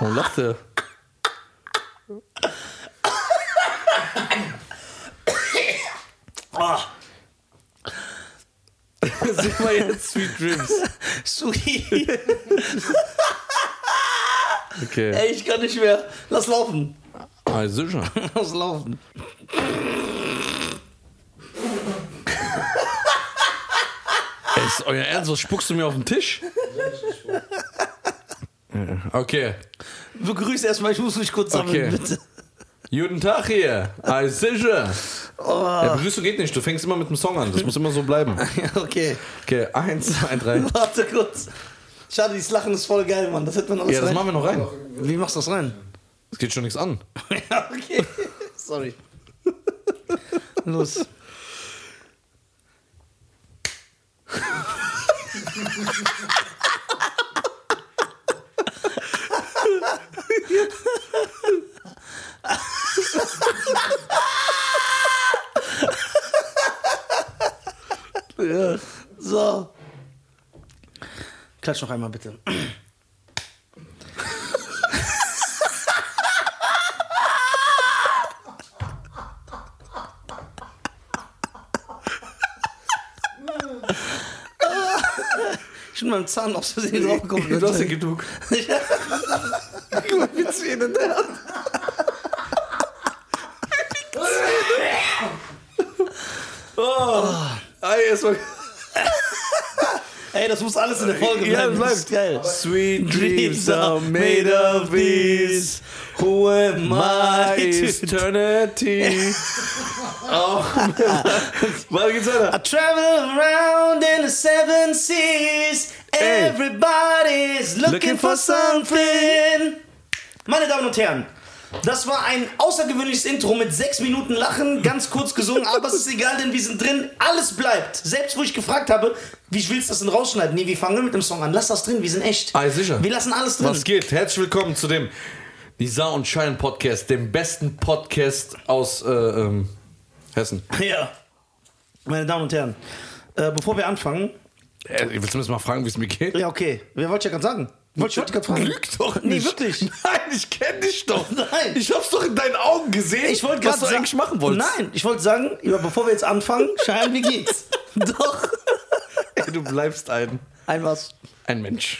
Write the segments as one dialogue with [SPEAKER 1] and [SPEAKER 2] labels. [SPEAKER 1] Warum lacht er? Sing mal jetzt Sweet Dreams.
[SPEAKER 2] Sweet.
[SPEAKER 1] Okay.
[SPEAKER 2] Ey, ich kann nicht mehr. Lass laufen.
[SPEAKER 1] Also schon.
[SPEAKER 2] Lass laufen.
[SPEAKER 1] Ey, ist euer Ernst? Was spuckst du mir auf den Tisch? Okay.
[SPEAKER 2] Begrüß erstmal, ich muss mich kurz sammeln,
[SPEAKER 1] Okay.
[SPEAKER 2] bitte.
[SPEAKER 1] Guten Tag hier. Also sicher.
[SPEAKER 2] Oh,
[SPEAKER 1] Ja, Begrüßung geht nicht. Du fängst immer mit dem Song an. Das muss immer so bleiben.
[SPEAKER 2] ja, okay.
[SPEAKER 1] Okay, eins, zwei, drei.
[SPEAKER 2] Warte kurz. Schade, dieses Lachen ist voll geil, Mann. Das hätte man alles
[SPEAKER 1] Ja, das
[SPEAKER 2] rein-
[SPEAKER 1] machen wir noch rein.
[SPEAKER 2] Wie machst du das rein?
[SPEAKER 1] Es geht schon nichts an.
[SPEAKER 2] ja, okay. Sorry. Los. ja. So. Klatsch noch einmal bitte. Ich bin mit meinem Zahn aus Versehen draufgekommen.
[SPEAKER 1] Du hast ja genug.
[SPEAKER 2] Guck mal, wie Zähne der hat.
[SPEAKER 1] Ey, erstmal.
[SPEAKER 2] Ey, das muss alles in der Folge bleiben.
[SPEAKER 1] Ja,
[SPEAKER 2] das ist geil.
[SPEAKER 1] Sweet dreams are made of these.
[SPEAKER 2] Who am
[SPEAKER 1] My
[SPEAKER 2] I?
[SPEAKER 1] eternity. oh. Warte, geht's
[SPEAKER 2] I
[SPEAKER 1] weiter?
[SPEAKER 2] travel around in the seven seas.
[SPEAKER 1] Ey.
[SPEAKER 2] Everybody's looking,
[SPEAKER 1] Looking
[SPEAKER 2] for
[SPEAKER 1] for
[SPEAKER 2] something. Meine Damen und Herren, das war ein außergewöhnliches Intro mit sechs Minuten Lachen, ganz kurz gesungen, aber es ist egal, denn wir sind drin, alles bleibt. Selbst wo ich gefragt habe, wie willst du das denn rausschneiden? Nee, wir fangen mit dem Song an. Lass das drin, wir sind echt.
[SPEAKER 1] Ah, sicher.
[SPEAKER 2] Wir lassen alles drin.
[SPEAKER 1] Was geht? Herzlich willkommen zu dem Nisa und Shine Podcast, dem besten Podcast aus äh, ähm, Hessen.
[SPEAKER 2] Ja. Meine Damen und Herren, äh, bevor wir anfangen.
[SPEAKER 1] Äh, willst du mir jetzt mal fragen, wie es mir geht?
[SPEAKER 2] Ja, okay. Wer wollte ich ja gerade sagen? Wollte ich wollte gerade fragen.
[SPEAKER 1] Lüg doch nicht.
[SPEAKER 2] Nee, wirklich.
[SPEAKER 1] Nein, ich kenne dich doch.
[SPEAKER 2] Nein.
[SPEAKER 1] Ich hab's doch in deinen Augen gesehen,
[SPEAKER 2] Ich wollte
[SPEAKER 1] was
[SPEAKER 2] gerade
[SPEAKER 1] du
[SPEAKER 2] sagen.
[SPEAKER 1] eigentlich machen wolltest.
[SPEAKER 2] Nein, ich wollte sagen, ja, bevor wir jetzt anfangen, Schein, wie geht's? Doch.
[SPEAKER 1] Ey, du bleibst ein,
[SPEAKER 2] Ein was.
[SPEAKER 1] ein Mensch.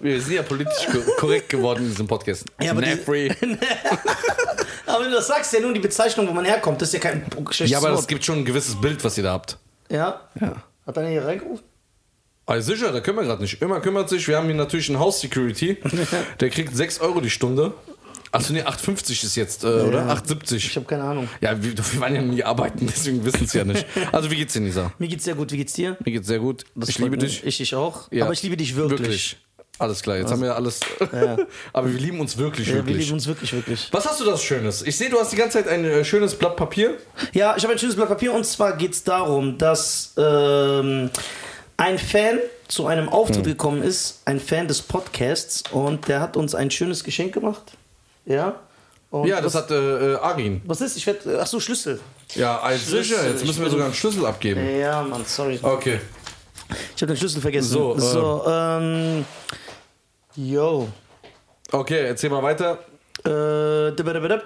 [SPEAKER 1] Wir sind ja politisch ko- korrekt geworden in diesem Podcast.
[SPEAKER 2] Ja, aber die-
[SPEAKER 1] Nefri.
[SPEAKER 2] Aber wenn du das sagst, ja nur die Bezeichnung, wo man herkommt, das ist ja kein schlechtes
[SPEAKER 1] Ja, aber es
[SPEAKER 2] Wort.
[SPEAKER 1] gibt schon ein gewisses Bild, was ihr da habt.
[SPEAKER 2] Ja.
[SPEAKER 1] Ja.
[SPEAKER 2] Hat einer hier reingerufen?
[SPEAKER 1] Also sicher, da können wir gerade nicht. Immer kümmert sich. Wir haben hier natürlich einen House-Security. Der kriegt 6 Euro die Stunde. Also nee, 8,50 ist jetzt, äh, oder?
[SPEAKER 2] Ich
[SPEAKER 1] 8,70.
[SPEAKER 2] habe keine Ahnung.
[SPEAKER 1] Ja, wir, wir waren ja nie arbeiten, deswegen wissen es ja nicht. Also wie geht's dir, Nisa?
[SPEAKER 2] Mir geht's sehr gut, wie geht's dir?
[SPEAKER 1] Mir geht's sehr gut. ich liebe dich.
[SPEAKER 2] Ich dich auch.
[SPEAKER 1] Ja.
[SPEAKER 2] Aber ich liebe dich wirklich.
[SPEAKER 1] Alles klar, jetzt haben wir ja alles. Aber wir lieben uns wirklich,
[SPEAKER 2] Ja, wir
[SPEAKER 1] wirklich.
[SPEAKER 2] lieben uns wirklich, wirklich.
[SPEAKER 1] Was hast du das Schönes? Ich sehe, du hast die ganze Zeit ein äh, schönes Blatt Papier.
[SPEAKER 2] Ja, ich habe ein schönes Blatt Papier und zwar geht es darum, dass ähm, ein Fan zu einem Auftritt gekommen ist, ein Fan des Podcasts und der hat uns ein schönes Geschenk gemacht. Ja. Und
[SPEAKER 1] Ja, das
[SPEAKER 2] was,
[SPEAKER 1] hat äh, äh, Arin.
[SPEAKER 2] Was ist? Ich werde. Ach so, Schlüssel.
[SPEAKER 1] Ja, ein
[SPEAKER 2] Schlüssel,
[SPEAKER 1] sicher. Jetzt
[SPEAKER 2] ich
[SPEAKER 1] müssen wir
[SPEAKER 2] bin-
[SPEAKER 1] sogar einen Schlüssel abgeben.
[SPEAKER 2] Ja, Mann, sorry.
[SPEAKER 1] Okay.
[SPEAKER 2] Ich habe den Schlüssel vergessen.
[SPEAKER 1] Ah. So, äh.
[SPEAKER 2] so ähm. Yo.
[SPEAKER 1] Okay, erzähl mal weiter.
[SPEAKER 2] Äh, dibidibidib.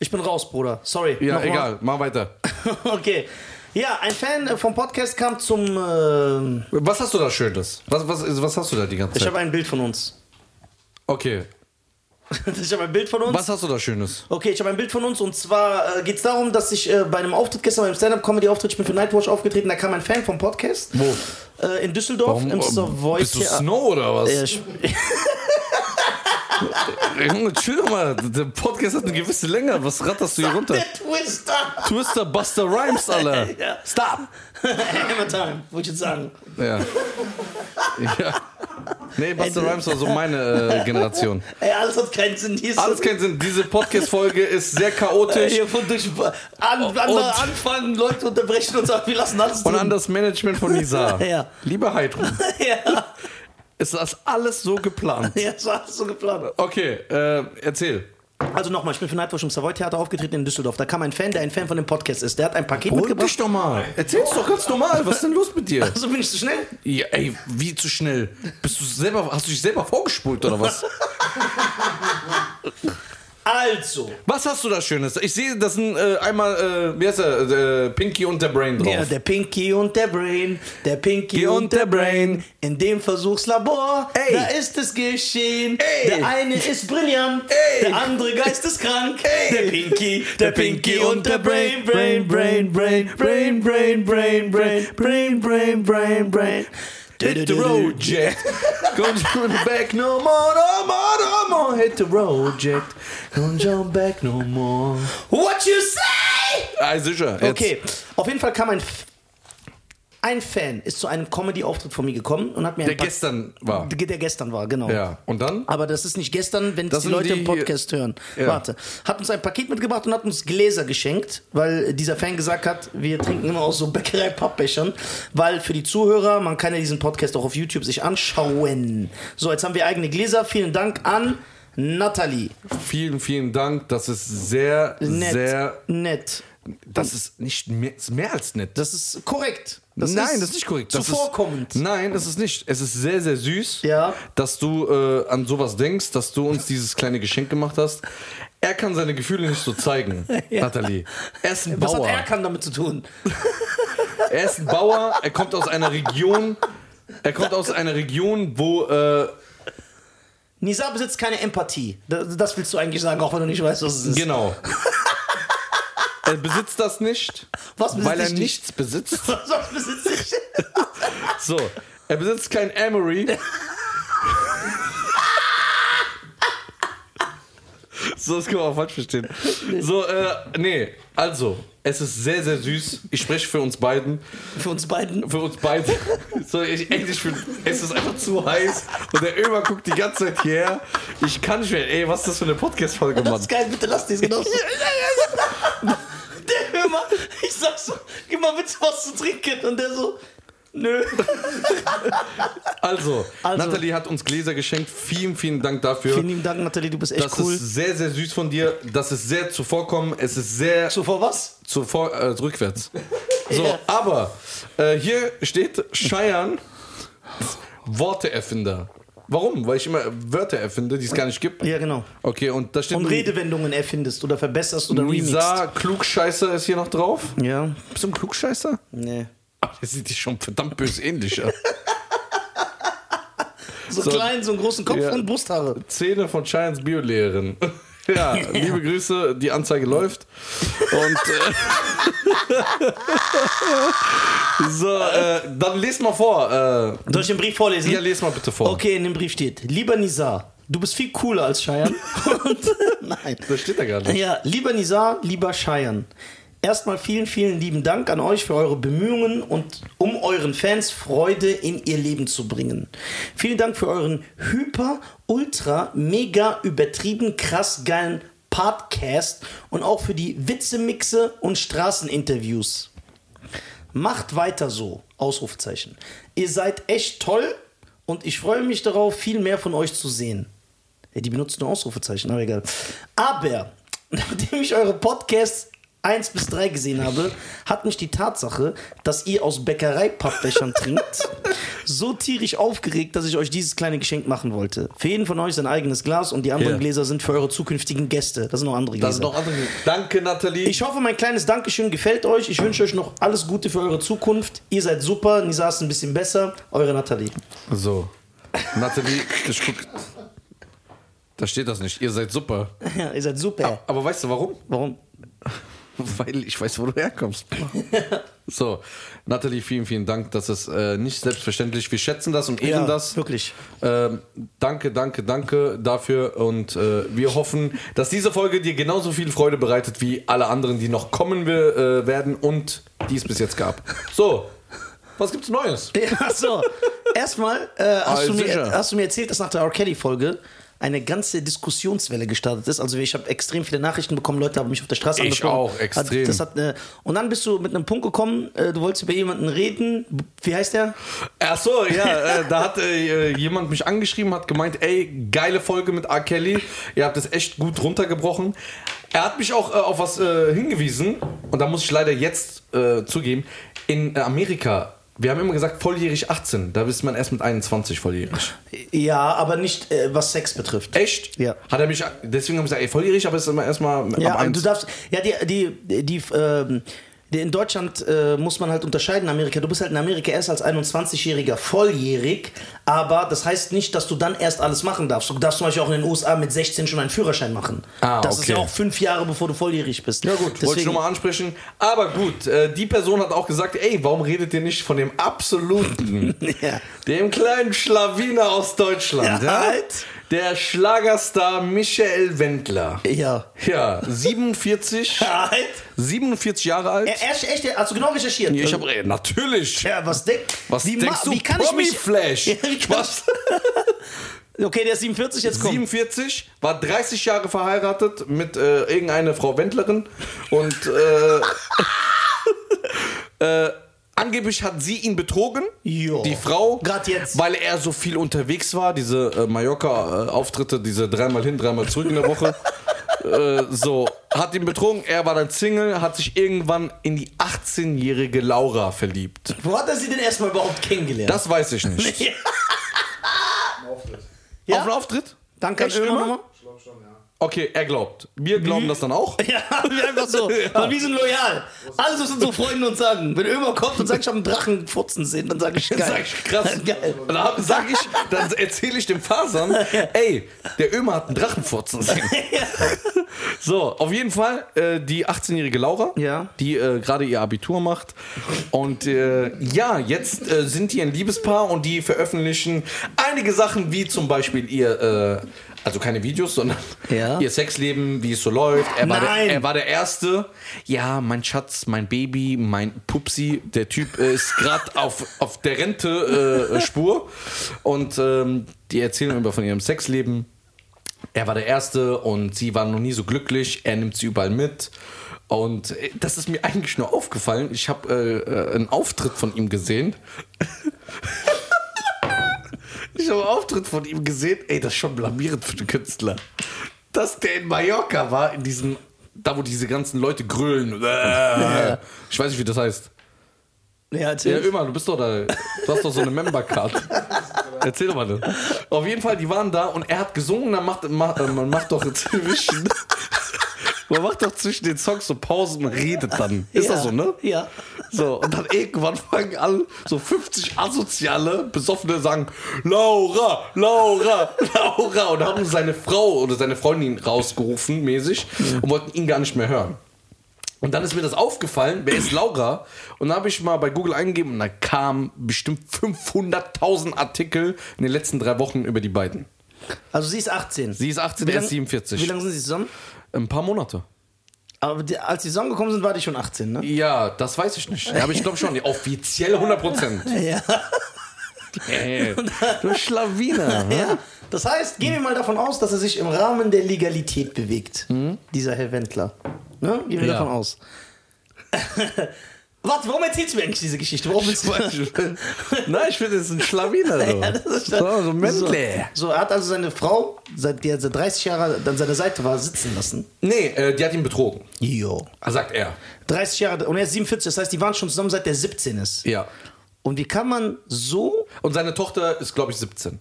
[SPEAKER 2] ich bin raus, Bruder. Sorry.
[SPEAKER 1] Ja,
[SPEAKER 2] Nochmal.
[SPEAKER 1] egal. Mach weiter.
[SPEAKER 2] okay. Ja, ein Fan vom Podcast kam zum. ähm,
[SPEAKER 1] Was hast du da Schönes? Was, was, ist- was hast du da die ganze
[SPEAKER 2] ich
[SPEAKER 1] Zeit?
[SPEAKER 2] habe ein Bild von uns.
[SPEAKER 1] Okay.
[SPEAKER 2] Ich habe ein Bild von uns.
[SPEAKER 1] Was hast du da Schönes?
[SPEAKER 2] Okay, ich habe ein Bild von uns und zwar äh, geht es darum, dass ich äh, bei einem Auftritt gestern, beim Stand-Up-Comedy-Auftritt, ich bin für Nightwatch aufgetreten, da kam ein Fan vom Podcast.
[SPEAKER 1] Wo?
[SPEAKER 2] Äh, in Düsseldorf, im Savoy
[SPEAKER 1] bist du
[SPEAKER 2] Thea-
[SPEAKER 1] Snow oder was?
[SPEAKER 2] Äh, ich-
[SPEAKER 1] Junge, chill doch mal. Der Podcast hat eine gewisse Länge. Was ratterst du hier runter?
[SPEAKER 2] Der Twister!
[SPEAKER 1] Twister, Buster Rhymes, Alter.
[SPEAKER 2] Ja.
[SPEAKER 1] Stop.
[SPEAKER 2] Hammer Time, wollte ich jetzt sagen.
[SPEAKER 1] Ja. ja. Nee, Buster Rhymes war so meine äh, Generation.
[SPEAKER 2] Ey, alles hat keinen Sinn. Hier ist
[SPEAKER 1] Alles keinen Sinn. Diese Podcast-Folge ist sehr chaotisch.
[SPEAKER 2] hier von durch an, andere
[SPEAKER 1] Und-
[SPEAKER 2] anfangen, Leute unterbrechen und sagen, wir lassen alles
[SPEAKER 1] Und
[SPEAKER 2] drin.
[SPEAKER 1] an das Management von Nisa.
[SPEAKER 2] Ja.
[SPEAKER 1] Liebe Heidrun,
[SPEAKER 2] Ja,
[SPEAKER 1] ist das alles so geplant?
[SPEAKER 2] ja, das war alles so geplant.
[SPEAKER 1] Okay, äh, erzähl.
[SPEAKER 2] Also nochmal, ich bin für Nightwatch im Savoy-Theater aufgetreten in Düsseldorf. Da kam ein Fan, der ein Fan von dem Podcast ist. Der hat ein Paket
[SPEAKER 1] Hol
[SPEAKER 2] mitgebracht.
[SPEAKER 1] dich doch mal. Erzähl's doch ganz normal. Was ist denn los mit dir?
[SPEAKER 2] Also bin ich zu schnell?
[SPEAKER 1] Ja, ey, wie zu schnell? Bist du selber, hast du dich selber vorgespult oder was?
[SPEAKER 2] Also.
[SPEAKER 1] Was hast du da Schönes? Ich sehe, das sind äh, einmal, äh, wie heißt er, äh, Pinky und der Brain drauf.
[SPEAKER 2] Ja, der Pinky und der Brain, der Pinky
[SPEAKER 1] Die
[SPEAKER 2] und,
[SPEAKER 1] und der
[SPEAKER 2] der Brain,
[SPEAKER 1] Brain.
[SPEAKER 2] in dem Versuchslabor,
[SPEAKER 1] Ey.
[SPEAKER 2] da ist es geschehen.
[SPEAKER 1] Ey.
[SPEAKER 2] Der eine ist brillant,
[SPEAKER 1] Ey.
[SPEAKER 2] der andere geisteskrank.
[SPEAKER 1] Ey.
[SPEAKER 2] Der Pinky, der Pinky und der Brain, Brain, Brain, Brain, Brain, Brain, Brain, Brain, Brain, Brain, Brain, Brain.
[SPEAKER 1] Hit the road, Jet. Come on back no more, no more, no more. Hit the road, Jet. Come on back no more.
[SPEAKER 2] What you say?
[SPEAKER 1] Ah, sicher. Jetzt.
[SPEAKER 2] Okay, auf jeden Fall kam ein, F- ein Fan, ist zu einem Comedy-Auftritt von mir gekommen und hat mir
[SPEAKER 1] Der
[SPEAKER 2] ein paar-
[SPEAKER 1] gestern war.
[SPEAKER 2] der gestern war, genau.
[SPEAKER 1] Ja, und dann?
[SPEAKER 2] Aber das ist nicht gestern, wenn es
[SPEAKER 1] Das
[SPEAKER 2] die
[SPEAKER 1] sind
[SPEAKER 2] Leute
[SPEAKER 1] die-
[SPEAKER 2] im Podcast hören.
[SPEAKER 1] Ja.
[SPEAKER 2] Warte. Hat uns ein Paket mitgebracht und hat uns Gläser geschenkt, weil dieser Fan gesagt hat, wir trinken immer aus so Bäckerei-Pappbechern, weil für die Zuhörer, man kann ja diesen Podcast auch auf YouTube sich anschauen. So, jetzt haben wir eigene Gläser. Vielen Dank an Nathalie.
[SPEAKER 1] Vielen, vielen Dank. Das ist sehr,
[SPEAKER 2] Nett.
[SPEAKER 1] sehr.
[SPEAKER 2] nett.
[SPEAKER 1] Das ist nicht mehr, ist mehr als nett.
[SPEAKER 2] Das ist korrekt. Das
[SPEAKER 1] nein, das ist nicht korrekt. Das
[SPEAKER 2] Zuvorkommend.
[SPEAKER 1] Ist, nein, das ist nicht. Es ist sehr, sehr süß,
[SPEAKER 2] Ja.
[SPEAKER 1] dass du äh, an sowas denkst, dass du uns dieses kleine Geschenk gemacht hast. Er kann seine Gefühle nicht so zeigen, Nathalie. Er ist ein
[SPEAKER 2] Was
[SPEAKER 1] Bauer.
[SPEAKER 2] hat Erkan damit zu tun?
[SPEAKER 1] Er ist ein Bauer, er kommt aus einer Region, er kommt aus einer Region, wo äh,
[SPEAKER 2] Nisa besitzt keine Empathie. Das, das willst du eigentlich sagen, auch wenn du nicht weißt, was es ist.
[SPEAKER 1] genau. Er besitzt das nicht,
[SPEAKER 2] Was besitzt
[SPEAKER 1] weil er
[SPEAKER 2] ich nicht?
[SPEAKER 1] nichts besitzt.
[SPEAKER 2] was besitze ich?
[SPEAKER 1] So, er besitzt kein Emery. So, das kann man auch falsch verstehen. So, äh, nee, also, es ist sehr, sehr süß. Ich spreche für uns beiden.
[SPEAKER 2] Für uns beiden.
[SPEAKER 1] für uns beide. So, ich, endlich für, es ist einfach zu heiß und der Ömer guckt die ganze Zeit hierher. Ich kann nicht mehr. Ey, was ist das für eine Podcast-Folge,
[SPEAKER 2] Das
[SPEAKER 1] Mann?
[SPEAKER 2] ist geil, bitte lass dies genau so. der hör mal, ich sag so, gib mal bitte was zu trinken. Und der so, nö.
[SPEAKER 1] Also,
[SPEAKER 2] Also.
[SPEAKER 1] Nathalie hat uns Gläser geschenkt. Vielen, vielen Dank dafür.
[SPEAKER 2] Vielen lieben Dank, Nathalie, du bist echt
[SPEAKER 1] das
[SPEAKER 2] cool.
[SPEAKER 1] ist sehr, sehr süß von dir. Das ist sehr zuvorkommen. Es ist sehr
[SPEAKER 2] Zuvor was?
[SPEAKER 1] zuvor, äh, rückwärts. So,
[SPEAKER 2] Ja.
[SPEAKER 1] aber äh, hier steht Scheiern Worteerfinder. Warum? Weil ich immer Wörter erfinde, die es gar nicht gibt.
[SPEAKER 2] Ja, genau.
[SPEAKER 1] Okay, und da steht
[SPEAKER 2] Und Redewendungen erfindest oder verbesserst oder remixt.
[SPEAKER 1] Nisa Klugscheißer ist hier noch drauf.
[SPEAKER 2] Ja,
[SPEAKER 1] Bist du ein Klugscheißer?
[SPEAKER 2] nee.
[SPEAKER 1] Aber der sieht dich schon verdammt bös ähnlich an.
[SPEAKER 2] So,
[SPEAKER 1] So.
[SPEAKER 2] klein, so einen großen Kopf
[SPEAKER 1] Ja.
[SPEAKER 2] und Brusthaare.
[SPEAKER 1] Zähne von Giants Biolehrerin. Ja, liebe Grüße, die Anzeige läuft. Und äh, so, äh, dann lest mal vor. Äh,
[SPEAKER 2] Soll ich den Brief vorlesen?
[SPEAKER 1] ja, lest mal bitte vor.
[SPEAKER 2] Okay, in dem Brief steht, lieber Nisa, du bist viel cooler als Scheiern. Nein.
[SPEAKER 1] Das steht da gar nicht.
[SPEAKER 2] Ja, lieber Nizar, lieber Scheiern. Erstmal vielen, vielen lieben Dank an euch für eure Bemühungen und um euren Fans Freude in ihr Leben zu bringen. Vielen Dank für euren hyper, ultra, mega, übertrieben, krass geilen Podcast und auch für die Witzemixe und Straßeninterviews. Macht weiter so. Ausrufezeichen. Ihr seid echt toll und ich freue mich darauf, viel mehr von euch zu sehen. Ja, die benutzt nur Ausrufezeichen, aber egal. Aber, nachdem ich eure Podcasts 1 bis 3 gesehen habe, hat mich die Tatsache, dass ihr aus Bäckereipappbechern trinkt, so tierisch aufgeregt, dass ich euch dieses kleine Geschenk machen wollte. Für jeden von euch sein eigenes Glas und die anderen
[SPEAKER 1] Ja.
[SPEAKER 2] Gläser sind für eure zukünftigen Gäste. Das sind noch andere Gläser.
[SPEAKER 1] Das sind noch andere. Danke, Nathalie.
[SPEAKER 2] Ich hoffe, mein kleines Dankeschön gefällt euch. Ich wünsche euch noch alles Gute für eure Zukunft. Ihr seid super. Nisa ist ein bisschen besser. Eure Nathalie.
[SPEAKER 1] so, Nathalie, ich guck. Da steht das nicht. Ihr seid super.
[SPEAKER 2] Ja, ihr seid super.
[SPEAKER 1] Aber weißt du warum?
[SPEAKER 2] Warum?
[SPEAKER 1] Weil ich weiß, wo du herkommst. so, Nathalie, vielen, vielen Dank. Das ist äh, nicht selbstverständlich. Wir schätzen das und ehren
[SPEAKER 2] Ja,
[SPEAKER 1] das.
[SPEAKER 2] wirklich.
[SPEAKER 1] Ähm, danke, danke, danke dafür. Und äh, wir hoffen, dass diese Folge dir genauso viel Freude bereitet wie alle anderen, die noch kommen wir, äh, werden und die es bis jetzt gab. So, was gibt's Neues?
[SPEAKER 2] Ja, so. Erstmal äh, hast,
[SPEAKER 1] Ah,
[SPEAKER 2] du mir,
[SPEAKER 1] sicher.
[SPEAKER 2] hast du mir erzählt, dass nach der R. Kelly-Folge eine ganze Diskussionswelle gestartet ist. Also ich habe extrem viele Nachrichten bekommen, Leute haben mich auf der Straße
[SPEAKER 1] Ich
[SPEAKER 2] angesprochen.
[SPEAKER 1] auch, extrem.
[SPEAKER 2] Hat, das hat, äh, und dann bist du mit einem Punkt gekommen, äh, du wolltest über jemanden reden. Wie heißt der?
[SPEAKER 1] Ach so, ja, äh, da hat äh, jemand mich angeschrieben, hat gemeint, ey, geile Folge mit R. Kelly, ihr habt es echt gut runtergebrochen. Er hat mich auch äh, auf was äh, hingewiesen und da muss ich leider jetzt äh, zugeben, in Amerika, wir haben immer gesagt, volljährig 18, da ist man erst mit 21 volljährig.
[SPEAKER 2] Ja, aber nicht äh, was Sex betrifft.
[SPEAKER 1] Echt?
[SPEAKER 2] Ja.
[SPEAKER 1] Hat er mich, deswegen haben ich gesagt, ey, volljährig, aber es ist immer erstmal
[SPEAKER 2] Ja,
[SPEAKER 1] ab
[SPEAKER 2] aber du
[SPEAKER 1] 1.
[SPEAKER 2] darfst. Ja, die, die, die, ähm, die in Deutschland äh, muss man halt unterscheiden, Amerika. Du bist halt in Amerika erst als 21-Jähriger volljährig, aber das heißt nicht, dass du dann erst alles machen darfst. Du darfst zum Beispiel auch in den USA mit 16 schon einen Führerschein machen.
[SPEAKER 1] Ah,
[SPEAKER 2] das ist
[SPEAKER 1] okay.
[SPEAKER 2] ja auch fünf Jahre, bevor du volljährig bist.
[SPEAKER 1] Ja gut, wollte ich nochmal ansprechen. Aber gut, äh, die Person hat auch gesagt, ey, warum redet ihr nicht von dem absoluten
[SPEAKER 2] Ja.
[SPEAKER 1] Dem kleinen Schlawiner aus Deutschland,
[SPEAKER 2] Ja,
[SPEAKER 1] ja,
[SPEAKER 2] halt.
[SPEAKER 1] der Schlagerstar Michael Wendler.
[SPEAKER 2] Ja.
[SPEAKER 1] Ja, 47,
[SPEAKER 2] Halt.
[SPEAKER 1] 47 Jahre alt.
[SPEAKER 2] Er, echt, echt, hast du genau recherchiert?
[SPEAKER 1] Ich hab, ey, natürlich.
[SPEAKER 2] ja, was denk,
[SPEAKER 1] Was
[SPEAKER 2] wie
[SPEAKER 1] denkst
[SPEAKER 2] ma-
[SPEAKER 1] du?
[SPEAKER 2] Wie kann ich
[SPEAKER 1] Promi
[SPEAKER 2] mich,
[SPEAKER 1] Flash.
[SPEAKER 2] Ja, wie kann
[SPEAKER 1] Spaß.
[SPEAKER 2] okay, der ist 47, jetzt kommt.
[SPEAKER 1] 47, war 30 Jahre verheiratet mit äh, irgendeiner Frau Wendlerin und äh, äh, angeblich hat sie ihn betrogen,
[SPEAKER 2] Jo.
[SPEAKER 1] die Frau,
[SPEAKER 2] Grad jetzt.
[SPEAKER 1] weil er so viel unterwegs war, diese äh, Mallorca-Auftritte, diese dreimal hin, dreimal zurück in der Woche. äh, So, hat ihn betrogen, er war dann Single, hat sich irgendwann in die 18-jährige Laura verliebt.
[SPEAKER 2] Wo hat er sie denn erstmal überhaupt kennengelernt?
[SPEAKER 1] Das weiß ich nicht.
[SPEAKER 2] Ja?
[SPEAKER 1] Auf einen Auftritt?
[SPEAKER 2] Danke,
[SPEAKER 1] Echt immer? Okay, er glaubt. Wir glauben das dann auch.
[SPEAKER 2] Ja, wir einfach so. Und wir sind loyal. Alles, was unsere Freunde uns sagen. Wenn irgendwer kommt und sagt, ich habe einen Drachen furzen sehen, dann sage ich, geil.
[SPEAKER 1] Sag ich, krass.
[SPEAKER 2] Geil.
[SPEAKER 1] Und dann hab- sag ich, dann erzähle ich dem Fasern, ey, der Ömer hat einen Drachenfurzen sehen. So, auf jeden Fall äh, die 18-jährige Laura,
[SPEAKER 2] Ja.
[SPEAKER 1] die äh, gerade ihr Abitur macht. Und äh, ja, jetzt äh, sind die ein Liebespaar und die veröffentlichen einige Sachen, wie zum Beispiel ihr, äh, also keine Videos, sondern
[SPEAKER 2] Ja.
[SPEAKER 1] ihr Sexleben, wie es so läuft. Er war,
[SPEAKER 2] Nein.
[SPEAKER 1] Der, er war der Erste. Ja, mein Schatz, mein Baby, mein Pupsi, der Typ äh, ist gerade auf, auf der Rente äh, äh, Spur. Und ähm, die erzählen über von ihrem Sexleben. Er war der Erste und sie waren noch nie so glücklich. Er nimmt sie überall mit. Und äh, das ist mir eigentlich nur aufgefallen. Ich habe äh, äh, einen Auftritt von ihm gesehen. ich habe einen Auftritt von ihm gesehen. Ey, das ist schon blamierend für den Künstler. Dass der in Mallorca war, in diesem, da wo diese ganzen Leute grölen. Äh, Ich weiß nicht, wie das heißt.
[SPEAKER 2] Ja,
[SPEAKER 1] Ja,
[SPEAKER 2] erzähl.
[SPEAKER 1] immer, du bist doch da. Du hast doch so eine Membercard. Erzähl doch mal. Ne? Auf jeden Fall, die waren da und er hat gesungen, dann macht, ma, äh, man macht doch zwischen. Man macht doch zwischen den Songs so Pausen und redet dann. Ist
[SPEAKER 2] ja.
[SPEAKER 1] das so, ne?
[SPEAKER 2] Ja.
[SPEAKER 1] So, und dann irgendwann fangen alle so 50 asoziale Besoffene sagen, Laura, Laura, Laura. Und haben seine Frau oder seine Freundin rausgerufen, mäßig, und wollten ihn gar nicht mehr hören. Und dann ist mir das aufgefallen, wer ist Laura? Und da habe ich mal bei Google eingegeben und da kamen bestimmt 500.000 Artikel in den letzten drei Wochen über die beiden.
[SPEAKER 2] Also sie ist 18.
[SPEAKER 1] Sie ist 18,
[SPEAKER 2] Wie
[SPEAKER 1] er
[SPEAKER 2] lang-
[SPEAKER 1] ist
[SPEAKER 2] Wie
[SPEAKER 1] 47.
[SPEAKER 2] lange sind sie zusammen?
[SPEAKER 1] Ein paar Monate.
[SPEAKER 2] Aber die, als sie zusammengekommen sind, war die schon 18, ne?
[SPEAKER 1] Ja, das weiß ich nicht. Aber ich glaube schon, offiziell 100 Prozent.
[SPEAKER 2] Ja.
[SPEAKER 1] Ey, du Schlawiner. ne?
[SPEAKER 2] ja. Das heißt, gehen wir mal davon aus, dass er sich im Rahmen der Legalität bewegt. Dieser Herr Wendler. Ne? Gehen wir
[SPEAKER 1] Mhm. Ja.
[SPEAKER 2] davon aus. Warte, warum erzählst du mir eigentlich diese Geschichte? Warum willst du
[SPEAKER 1] Nein, ich finde, das ist ein Schlawiner. So,
[SPEAKER 2] Ja, das ist
[SPEAKER 1] Oh, so, so
[SPEAKER 2] so,
[SPEAKER 1] Männle.
[SPEAKER 2] so, er hat also seine Frau, seit der seit 30 Jahre an seiner Seite war, sitzen lassen.
[SPEAKER 1] Nee, äh, die hat ihn betrogen,
[SPEAKER 2] Jo.
[SPEAKER 1] sagt er.
[SPEAKER 2] 30 Jahre, und er ist 47, das heißt, die waren schon zusammen, seit der 17 ist.
[SPEAKER 1] Ja.
[SPEAKER 2] Und wie kann man so.
[SPEAKER 1] Und seine Tochter ist, glaube ich, 17.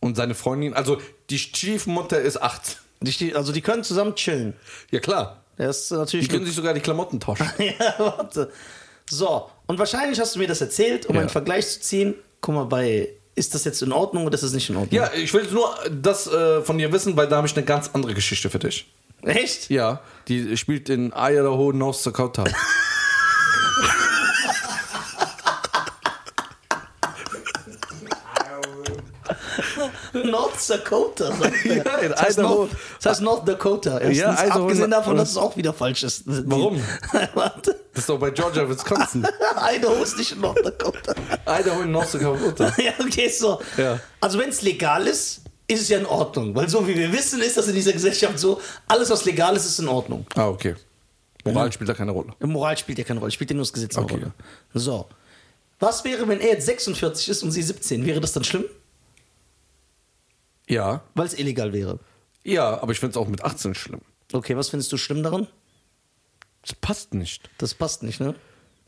[SPEAKER 1] Und seine Freundin, also die Stiefmutter ist 18.
[SPEAKER 2] Die, stehen- also, die können zusammen chillen.
[SPEAKER 1] Ja, klar.
[SPEAKER 2] Das ist
[SPEAKER 1] Die
[SPEAKER 2] natürlich.
[SPEAKER 1] können sich sogar die Klamotten tauschen.
[SPEAKER 2] ja, warte. So, und wahrscheinlich hast du mir das erzählt, um
[SPEAKER 1] Ja.
[SPEAKER 2] einen Vergleich zu ziehen. Guck mal, bei. Ist das jetzt in Ordnung oder ist das nicht in Ordnung?
[SPEAKER 1] Ja, ich will jetzt nur das äh, von dir wissen, weil da habe ich eine ganz andere Geschichte für dich.
[SPEAKER 2] Echt?
[SPEAKER 1] Ja, die spielt in Idaho, North Dakota.
[SPEAKER 2] North Dakota. sagt er.
[SPEAKER 1] Ja, in
[SPEAKER 2] das, heißt
[SPEAKER 1] Idaho.
[SPEAKER 2] North, das heißt North Dakota. Erstens,
[SPEAKER 1] Ja, Idaho-
[SPEAKER 2] abgesehen davon, dass es auch wieder falsch ist.
[SPEAKER 1] Warum?
[SPEAKER 2] Warte.
[SPEAKER 1] Das ist doch bei Georgia, Wisconsin.
[SPEAKER 2] Idaho ist nicht in North Dakota.
[SPEAKER 1] Idaho in North Dakota.
[SPEAKER 2] ja, okay, so.
[SPEAKER 1] Ja.
[SPEAKER 2] Also wenn es legal ist, ist es ja in Ordnung. Weil so wie wir wissen, ist das in dieser Gesellschaft so, alles was legal ist, ist in Ordnung.
[SPEAKER 1] Ah, okay. Moral spielt da keine Rolle.
[SPEAKER 2] Moral spielt ja keine Rolle, spielt ja nur das Gesetz eine
[SPEAKER 1] Okay.
[SPEAKER 2] Rolle. So. Was wäre, wenn er jetzt 46 ist und sie 17? Wäre das dann schlimm?
[SPEAKER 1] Ja.
[SPEAKER 2] Weil es illegal wäre.
[SPEAKER 1] Ja, aber ich finde es auch mit 18 schlimm.
[SPEAKER 2] Okay, was findest du schlimm daran?
[SPEAKER 1] Das passt nicht.
[SPEAKER 2] Das passt nicht, ne?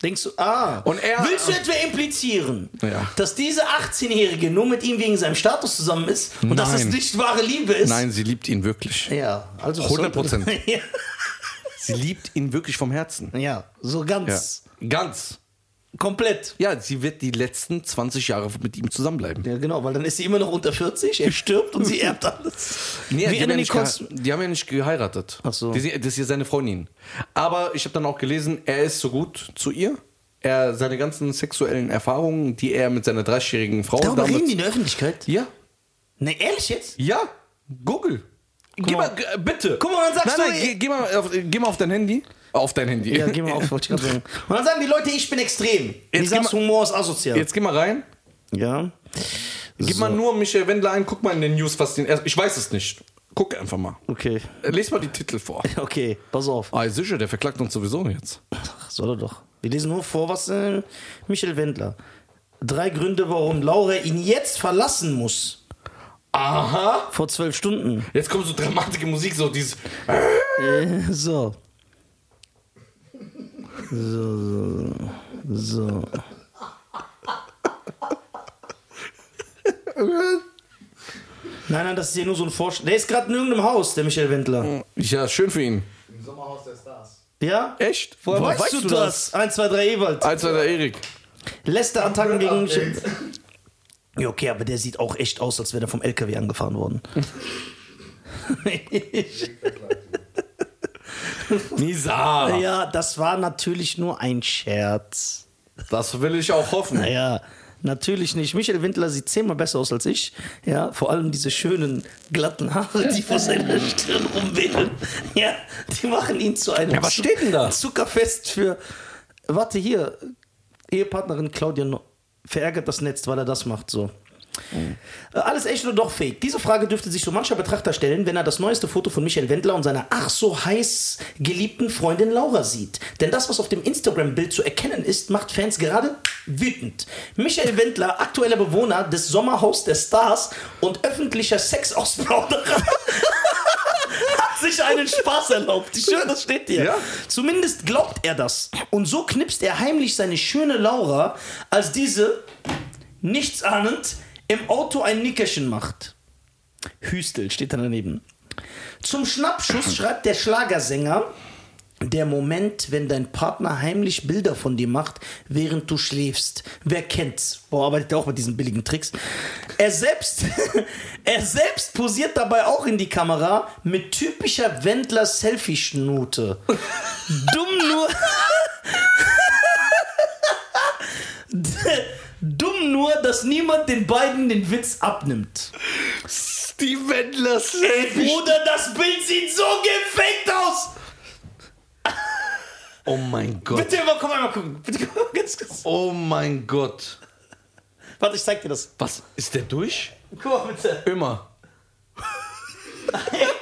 [SPEAKER 2] Denkst du, ah,
[SPEAKER 1] Und er-
[SPEAKER 2] willst du etwa implizieren,
[SPEAKER 1] Ja.
[SPEAKER 2] dass diese 18-Jährige nur mit ihm wegen seinem Status zusammen ist und dass das
[SPEAKER 1] Nein.
[SPEAKER 2] nicht wahre Liebe ist?
[SPEAKER 1] Nein, sie liebt ihn wirklich.
[SPEAKER 2] Ja, also.
[SPEAKER 1] 100%.
[SPEAKER 2] sollte- ja,
[SPEAKER 1] Sie liebt ihn wirklich vom Herzen.
[SPEAKER 2] ja, so
[SPEAKER 1] Ja.
[SPEAKER 2] ganz.
[SPEAKER 1] Ganz.
[SPEAKER 2] Komplett.
[SPEAKER 1] Ja, sie wird die letzten 20 Jahre mit ihm zusammenbleiben.
[SPEAKER 2] Ja, genau, weil dann ist sie immer noch unter 40, er stirbt und sie erbt alles.
[SPEAKER 1] Nee,
[SPEAKER 2] Wie
[SPEAKER 1] die, haben ja
[SPEAKER 2] Anthony
[SPEAKER 1] nicht
[SPEAKER 2] Costa.
[SPEAKER 1] gehe- die haben ja nicht geheiratet.
[SPEAKER 2] Ach so.
[SPEAKER 1] Die, sind- das ist ja seine Freundin. Aber ich habe dann auch gelesen, er ist so gut zu ihr. Er, seine ganzen sexuellen Erfahrungen, die er mit seiner 30-jährigen Frau
[SPEAKER 2] Darüber
[SPEAKER 1] damals-
[SPEAKER 2] reden die in der Öffentlichkeit?
[SPEAKER 1] Ja,
[SPEAKER 2] Ne, ehrlich jetzt?
[SPEAKER 1] ja, Google. Geh mal, g- bitte.
[SPEAKER 2] Guck mal, dann sagst
[SPEAKER 1] nein,
[SPEAKER 2] du-
[SPEAKER 1] Nein, geh, geh, mal auf, äh, geh mal auf dein Handy. Auf dein Handy.
[SPEAKER 2] Ja, geh mal auf, wollte ich gerade sagen. Und dann sagen die Leute, ich bin extrem.
[SPEAKER 1] geh
[SPEAKER 2] Nisas
[SPEAKER 1] mal-
[SPEAKER 2] Humor ist asozial.
[SPEAKER 1] Jetzt geh mal rein.
[SPEAKER 2] Ja.
[SPEAKER 1] Gib mal nur Michael Wendler ein, guck mal in den News, was den erst. Ich weiß es nicht. Guck einfach mal.
[SPEAKER 2] Okay,
[SPEAKER 1] Lies mal die Titel vor.
[SPEAKER 2] okay, pass auf.
[SPEAKER 1] Ah, sicher, der verklagt uns sowieso jetzt.
[SPEAKER 2] Ach, soll er doch. Wir lesen nur vor, was äh, Michel Wendler. Drei Gründe, warum Laura ihn jetzt verlassen muss.
[SPEAKER 1] Aha.
[SPEAKER 2] Vor zwölf Stunden.
[SPEAKER 1] Jetzt kommt so dramatische Musik, so dieses.
[SPEAKER 2] Äh, So. So, so, so. Nein, nein, das ist hier nur so ein Vorschlag. Der ist gerade in irgendeinem Haus, der Michael Wendler.
[SPEAKER 1] Ja, schön für ihn.
[SPEAKER 3] Im Sommerhaus der Stars.
[SPEAKER 2] Ja?
[SPEAKER 1] Echt?
[SPEAKER 2] Woher weißt, du das? 1, 2, 3 Ewald.
[SPEAKER 1] Als war der Erik.
[SPEAKER 2] Letzte Attacken gegen Michael. Ja, okay, aber der sieht auch echt aus, als wäre der vom LKW angefahren worden.
[SPEAKER 1] Nisa.
[SPEAKER 2] ja, das war natürlich nur ein Scherz.
[SPEAKER 1] Das will ich auch hoffen.
[SPEAKER 2] Naja, natürlich nicht. Michael Windler sieht zehnmal besser aus als ich. Ja, vor allem diese schönen glatten Haare, die vor seiner Stirn rumwedeln. Ja, die machen ihn zu einem
[SPEAKER 1] Ja, was steht denn da?
[SPEAKER 2] Zuckerfest für. Warte hier, Ehepartnerin Claudia no verärgert das Netz, weil er das macht so. Äh, Alles echt oder doch fake? Diese Frage dürfte sich so mancher Betrachter stellen, wenn er das neueste Foto von Michael Wendler und seiner ach so heiß geliebten Freundin Laura sieht. Denn das, was auf dem Instagram-Bild zu erkennen ist, macht Fans gerade wütend. Michael Wendler, aktueller Bewohner des Sommerhaus der Stars und öffentlicher Sexausplauderer, hat sich einen Spaß erlaubt. Ich schwöre, das steht hier.
[SPEAKER 1] Ja?
[SPEAKER 2] Zumindest glaubt er das. Und so knipst er heimlich seine schöne Laura, als diese nichts ahnend, im Auto ein Nickerchen macht. Hüstel steht dann daneben. Zum Schnappschuss schreibt der Schlagersänger, der Moment, wenn dein Partner heimlich Bilder von dir macht, während du schläfst. Wer kennt's? Boah, arbeitet er auch mit diesen billigen Tricks. Er selbst, er selbst posiert dabei auch in die Kamera mit typischer Wendler-Selfie-Schnute. Dumm nur. Dumm nur, dass niemand den beiden den Witz abnimmt.
[SPEAKER 1] Steve Wendler.
[SPEAKER 2] Ey, Bruder, das Bild sieht so gefaked aus!
[SPEAKER 1] Oh mein Gott.
[SPEAKER 2] Bitte mal, komm einmal gucken. Bitte komm mal ganz kurz.
[SPEAKER 1] Oh mein Gott.
[SPEAKER 2] Warte, ich zeig dir das.
[SPEAKER 1] Was? Ist der durch?
[SPEAKER 2] Guck mal bitte.
[SPEAKER 1] Immer.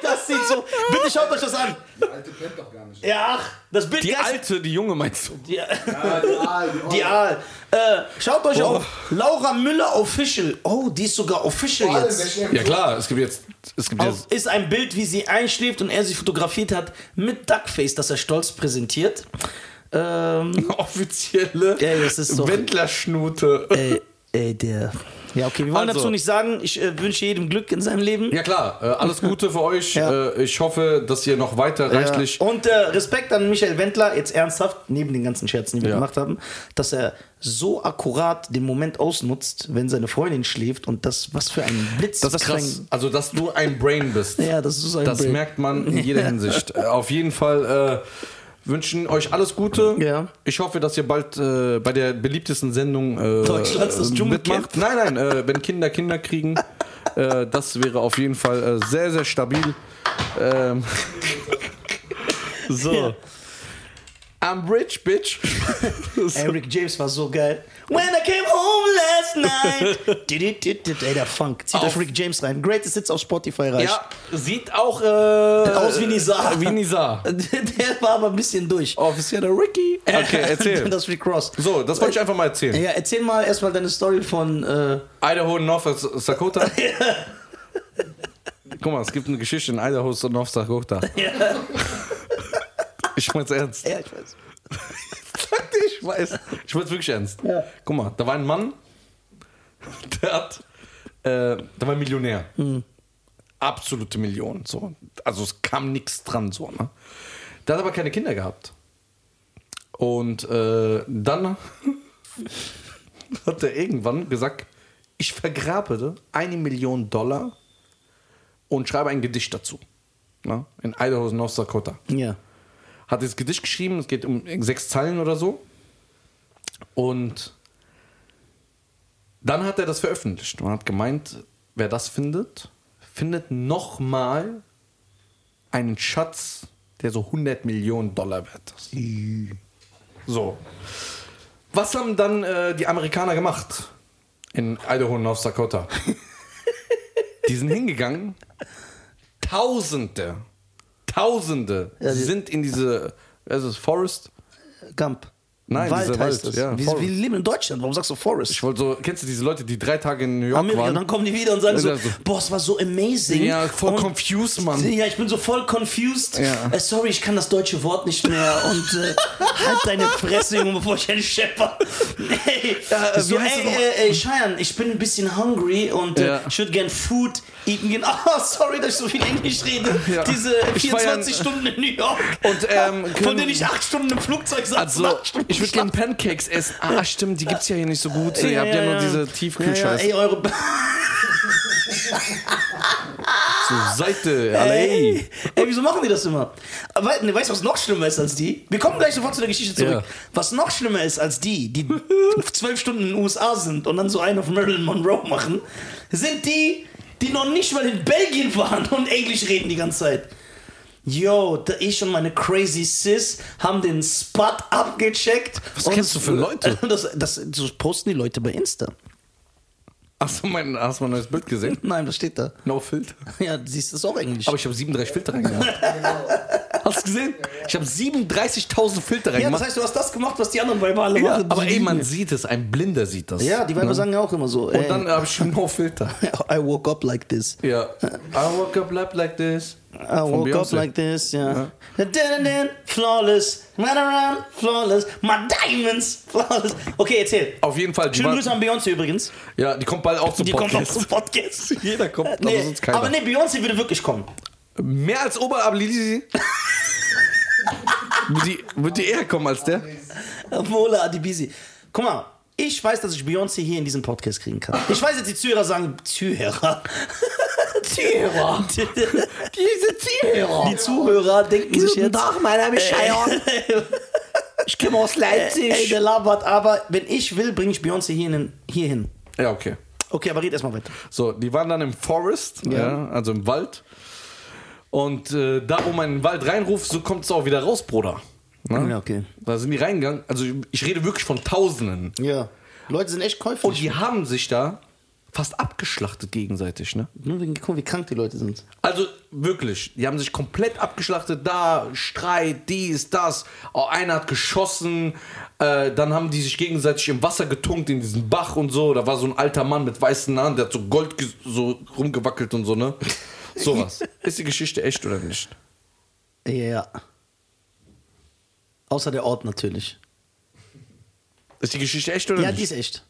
[SPEAKER 2] Das sieht so. Bitte schaut euch das an.
[SPEAKER 3] Die alte kennt doch gar nicht.
[SPEAKER 2] Ja, ach, das Bild
[SPEAKER 1] Die
[SPEAKER 2] geil.
[SPEAKER 1] alte, die junge meinst du?
[SPEAKER 2] Die,
[SPEAKER 3] Ja, Ah, die Aal, die,
[SPEAKER 2] die
[SPEAKER 3] Aal.
[SPEAKER 2] Aal. Äh, schaut euch
[SPEAKER 1] Oh.
[SPEAKER 2] auf. Laura Müller Official. Oh, die ist sogar
[SPEAKER 3] Vor
[SPEAKER 2] official
[SPEAKER 3] allem,
[SPEAKER 2] jetzt.
[SPEAKER 3] wenn
[SPEAKER 1] Ja
[SPEAKER 3] er-
[SPEAKER 1] klar, es gibt jetzt. Es gibt
[SPEAKER 2] Auf
[SPEAKER 1] jetzt
[SPEAKER 2] ist ein Bild, wie sie einschläft und er sie fotografiert hat mit Duckface, das er stolz präsentiert. Ähm,
[SPEAKER 1] offizielle
[SPEAKER 2] Ey, das ist doch-
[SPEAKER 1] Wendlerschnute.
[SPEAKER 2] ey, ey, der. Ja, okay, wir wollen
[SPEAKER 1] Also.
[SPEAKER 2] dazu nicht sagen. Ich äh, wünsche jedem Glück in seinem Leben.
[SPEAKER 1] Ja klar, äh, alles Gute für euch.
[SPEAKER 2] Ja.
[SPEAKER 1] Äh, ich hoffe, dass ihr noch weiter reichlich.
[SPEAKER 2] Ja. Und äh, Respekt an Michael Wendler, jetzt ernsthaft, neben den ganzen Scherzen, die wir
[SPEAKER 1] Ja.
[SPEAKER 2] gemacht haben, dass er so akkurat den Moment ausnutzt, wenn seine Freundin schläft und das, was für ein Blitz.
[SPEAKER 1] Das ist
[SPEAKER 2] was für
[SPEAKER 1] krass. Also, dass du ein Brain bist.
[SPEAKER 2] Ein, ja, das ist so ein
[SPEAKER 1] Das
[SPEAKER 2] Bild.
[SPEAKER 1] merkt man in jeder Hinsicht. Äh, Auf jeden Fall äh, wünschen euch alles Gute.
[SPEAKER 2] Ja.
[SPEAKER 1] Ich hoffe, dass ihr bald äh, bei der beliebtesten Sendung äh,
[SPEAKER 2] Deutschlands das
[SPEAKER 1] äh,
[SPEAKER 2] Dschungelcamp.
[SPEAKER 1] mitmacht. Nein, nein, äh, wenn Kinder Kinder kriegen, äh, das wäre auf jeden Fall äh, sehr, sehr stabil. Ähm, so. I'm rich, bitch.
[SPEAKER 2] Eric James war so geil. When I came home last night. Di- di- di- di- Ey, der Funk. Zieht
[SPEAKER 1] Auf.
[SPEAKER 2] euch Rick James rein. Greatest Hits auf Spotify reich.
[SPEAKER 1] ja, sieht auch äh, aus
[SPEAKER 2] wie Nizar.
[SPEAKER 1] Wie Nizar.
[SPEAKER 2] Der war aber ein bisschen durch.
[SPEAKER 1] Offizier Ricky. Okay, erzähl.
[SPEAKER 2] das Rick Ross.
[SPEAKER 1] So, das wollte ich einfach mal erzählen.
[SPEAKER 2] Ja, erzähl mal erstmal deine Story von. Äh,
[SPEAKER 1] Idaho, North Dakota. Guck mal, es gibt eine Geschichte in Idaho, North Dakota.
[SPEAKER 2] ja,
[SPEAKER 1] Ich mein's ernst.
[SPEAKER 2] ja, ich weiß.
[SPEAKER 1] Ich weiß. Ich mein's wirklich ernst.
[SPEAKER 2] Ja.
[SPEAKER 1] Guck mal, da war ein Mann, der hat, äh, der war ein Millionär. Absolute Million. So. Also es kam nichts dran. So, ne? Der hat aber keine Kinder gehabt. Und äh, dann hat er irgendwann gesagt, ich vergrabe eine Million Dollar und schreibe ein Gedicht dazu. Ne? In Idaho, North Dakota
[SPEAKER 2] Ja.
[SPEAKER 1] hat das Gedicht geschrieben, es geht um sechs Zeilen oder so. Und dann hat er das veröffentlicht und hat gemeint, wer das findet, findet nochmal einen Schatz, der so 100 Millionen Dollar wert ist. So. Was haben dann äh, die Amerikaner gemacht in Idaho, North Dakota? die sind hingegangen. Tausende, Tausende
[SPEAKER 2] Ja, die-
[SPEAKER 1] sind in diese, es ist Forest.
[SPEAKER 2] Gump.
[SPEAKER 1] Nein,
[SPEAKER 2] Wald
[SPEAKER 1] dieser
[SPEAKER 2] heißt
[SPEAKER 1] Wald,
[SPEAKER 2] es.
[SPEAKER 1] ja,
[SPEAKER 2] wir,
[SPEAKER 1] Forest.
[SPEAKER 2] wir leben in Deutschland. Warum sagst du Forest?
[SPEAKER 1] Ich wollte so, kennst du diese Leute, die drei Tage in New York
[SPEAKER 2] Amerika,
[SPEAKER 1] waren?
[SPEAKER 2] dann kommen die wieder und sagen so,
[SPEAKER 1] Ja, so.
[SPEAKER 2] boah, es war so amazing.
[SPEAKER 1] ja, voll
[SPEAKER 2] und,
[SPEAKER 1] confused, Mann.
[SPEAKER 2] Ja, ich bin so voll confused.
[SPEAKER 1] Ja.
[SPEAKER 2] Äh, sorry, ich kann das deutsche Wort nicht mehr und äh, halt deine Fresse, Junge, bevor ich einen schepper. Ey,
[SPEAKER 1] äh,
[SPEAKER 2] so,
[SPEAKER 1] wie heißt das
[SPEAKER 2] ey,
[SPEAKER 1] nochmal?
[SPEAKER 2] äh, ey, Cheyenne, ich bin ein bisschen hungry und
[SPEAKER 1] Ja.
[SPEAKER 2] äh, ich würde gern Food eaten gehen. Oh, sorry, dass ich so viel Englisch rede.
[SPEAKER 1] Ja.
[SPEAKER 2] Diese
[SPEAKER 1] Ich war ja in-
[SPEAKER 2] 24 Stunden in New York.
[SPEAKER 1] Und, ähm,
[SPEAKER 2] von
[SPEAKER 1] können-
[SPEAKER 2] denen ich 8 Stunden im Flugzeug saß. und
[SPEAKER 1] Also,
[SPEAKER 2] acht Stunden
[SPEAKER 1] ich würde gerne Pancakes essen. Ah, stimmt, die gibt's ja hier nicht so gut. Ihr habt ja, nur diese
[SPEAKER 2] Ja, ja,
[SPEAKER 1] Tiefkühlscheiße.
[SPEAKER 2] ey, eure
[SPEAKER 1] Zur Seite, LA.
[SPEAKER 2] Ey, ey, wieso machen die das immer? Aber, ne, weißt du, was noch schlimmer ist als die? Wir kommen gleich sofort zu der Geschichte zurück.
[SPEAKER 1] Ja.
[SPEAKER 2] Was noch schlimmer ist als die, die zwölf Stunden in den USA sind und dann so einen auf Marilyn Monroe machen, sind die, die noch nicht mal in Belgien waren und Englisch reden die ganze Zeit. Yo, da ich und meine crazy Sis haben den Spot abgecheckt.
[SPEAKER 1] Was
[SPEAKER 2] und
[SPEAKER 1] kennst du für Leute?
[SPEAKER 2] Das, das, das posten die Leute bei Insta.
[SPEAKER 1] Hast du mein, hast du mein neues Bild gesehen?
[SPEAKER 2] Nein, was steht da?
[SPEAKER 1] No Filter.
[SPEAKER 2] Ja, du siehst das ist auch Englisch.
[SPEAKER 1] Aber ich habe 37 Filter reingemacht. Hast du gesehen? Ich habe 37.000 Filter
[SPEAKER 2] Genau. ja, das
[SPEAKER 1] reingemacht.
[SPEAKER 2] heißt, du hast das gemacht, was die anderen Weiber alle machen. Also
[SPEAKER 1] aber
[SPEAKER 2] Die
[SPEAKER 1] ey,
[SPEAKER 2] lieben
[SPEAKER 1] man sieht es. Ein Blinder sieht das.
[SPEAKER 2] Ja, die Weiber sagen ja auch immer so.
[SPEAKER 1] Und dann habe ich schon No Filter.
[SPEAKER 2] I woke up like this.
[SPEAKER 1] Ja. I woke up lap like this.
[SPEAKER 2] I woke up like this, ja. Dun-dun-dun, Flawless. Run around, flawless. My diamonds, flawless. Okay, erzähl.
[SPEAKER 1] Auf jeden Fall. Die
[SPEAKER 2] Schöne
[SPEAKER 1] war-
[SPEAKER 2] Grüße an Beyoncé übrigens.
[SPEAKER 1] ja, die kommt bald auch zum
[SPEAKER 2] Die kommt auch
[SPEAKER 1] Podcast.
[SPEAKER 2] zum Podcast.
[SPEAKER 1] Jeder kommt, aber
[SPEAKER 2] Nee,
[SPEAKER 1] sonst keiner.
[SPEAKER 2] aber nee, Beyoncé würde wirklich kommen.
[SPEAKER 1] Mehr als Ober Ablisi? wird, die, wird die eher kommen als der?
[SPEAKER 2] Mola Adibisi. Guck mal, ich weiß, dass ich Beyoncé hier in diesem Podcast kriegen kann. Ich weiß, dass die Zuhörer sagen, Zuhörer. Zuhörer.
[SPEAKER 1] Diese Zuhörer.
[SPEAKER 2] Oh. Die Zuhörer denken sich jetzt... äh,
[SPEAKER 1] mein Name ist
[SPEAKER 2] Cheyenne.
[SPEAKER 1] Ich komme aus
[SPEAKER 2] Ey, Äh, der labert, aber wenn ich will, bringe ich Beyoncé hier hin- hier hin.
[SPEAKER 1] Ja, okay.
[SPEAKER 2] Okay, aber red erstmal weiter.
[SPEAKER 1] So, die waren dann im Forest, ja. also im Wald. Und äh, da, wo man in den Wald reinruft, so kommt es auch wieder raus, Bruder. Ne?
[SPEAKER 2] Ja, okay.
[SPEAKER 1] Da sind die reingegangen. Also, ich- ich rede wirklich von Tausenden.
[SPEAKER 2] Ja. Leute sind echt käuflich.
[SPEAKER 1] Und die haben sich da fast abgeschlachtet gegenseitig, ne?
[SPEAKER 2] Nur wegen, guck mal, wie krank die Leute sind.
[SPEAKER 1] Also wirklich, die haben sich komplett abgeschlachtet. Da Streit, dies, das. Oh, einer hat geschossen. Äh, dann haben die sich gegenseitig im Wasser getunkt in diesen Bach und so. Da war so ein alter Mann mit weißen Haaren, der hat so Gold ge- so rumgewackelt und so ne. Sowas. Ist die Geschichte echt oder nicht?
[SPEAKER 2] Ja. Außer der Ort natürlich.
[SPEAKER 1] Ist die Geschichte echt oder
[SPEAKER 2] Ja, die
[SPEAKER 1] nicht?
[SPEAKER 2] ist echt.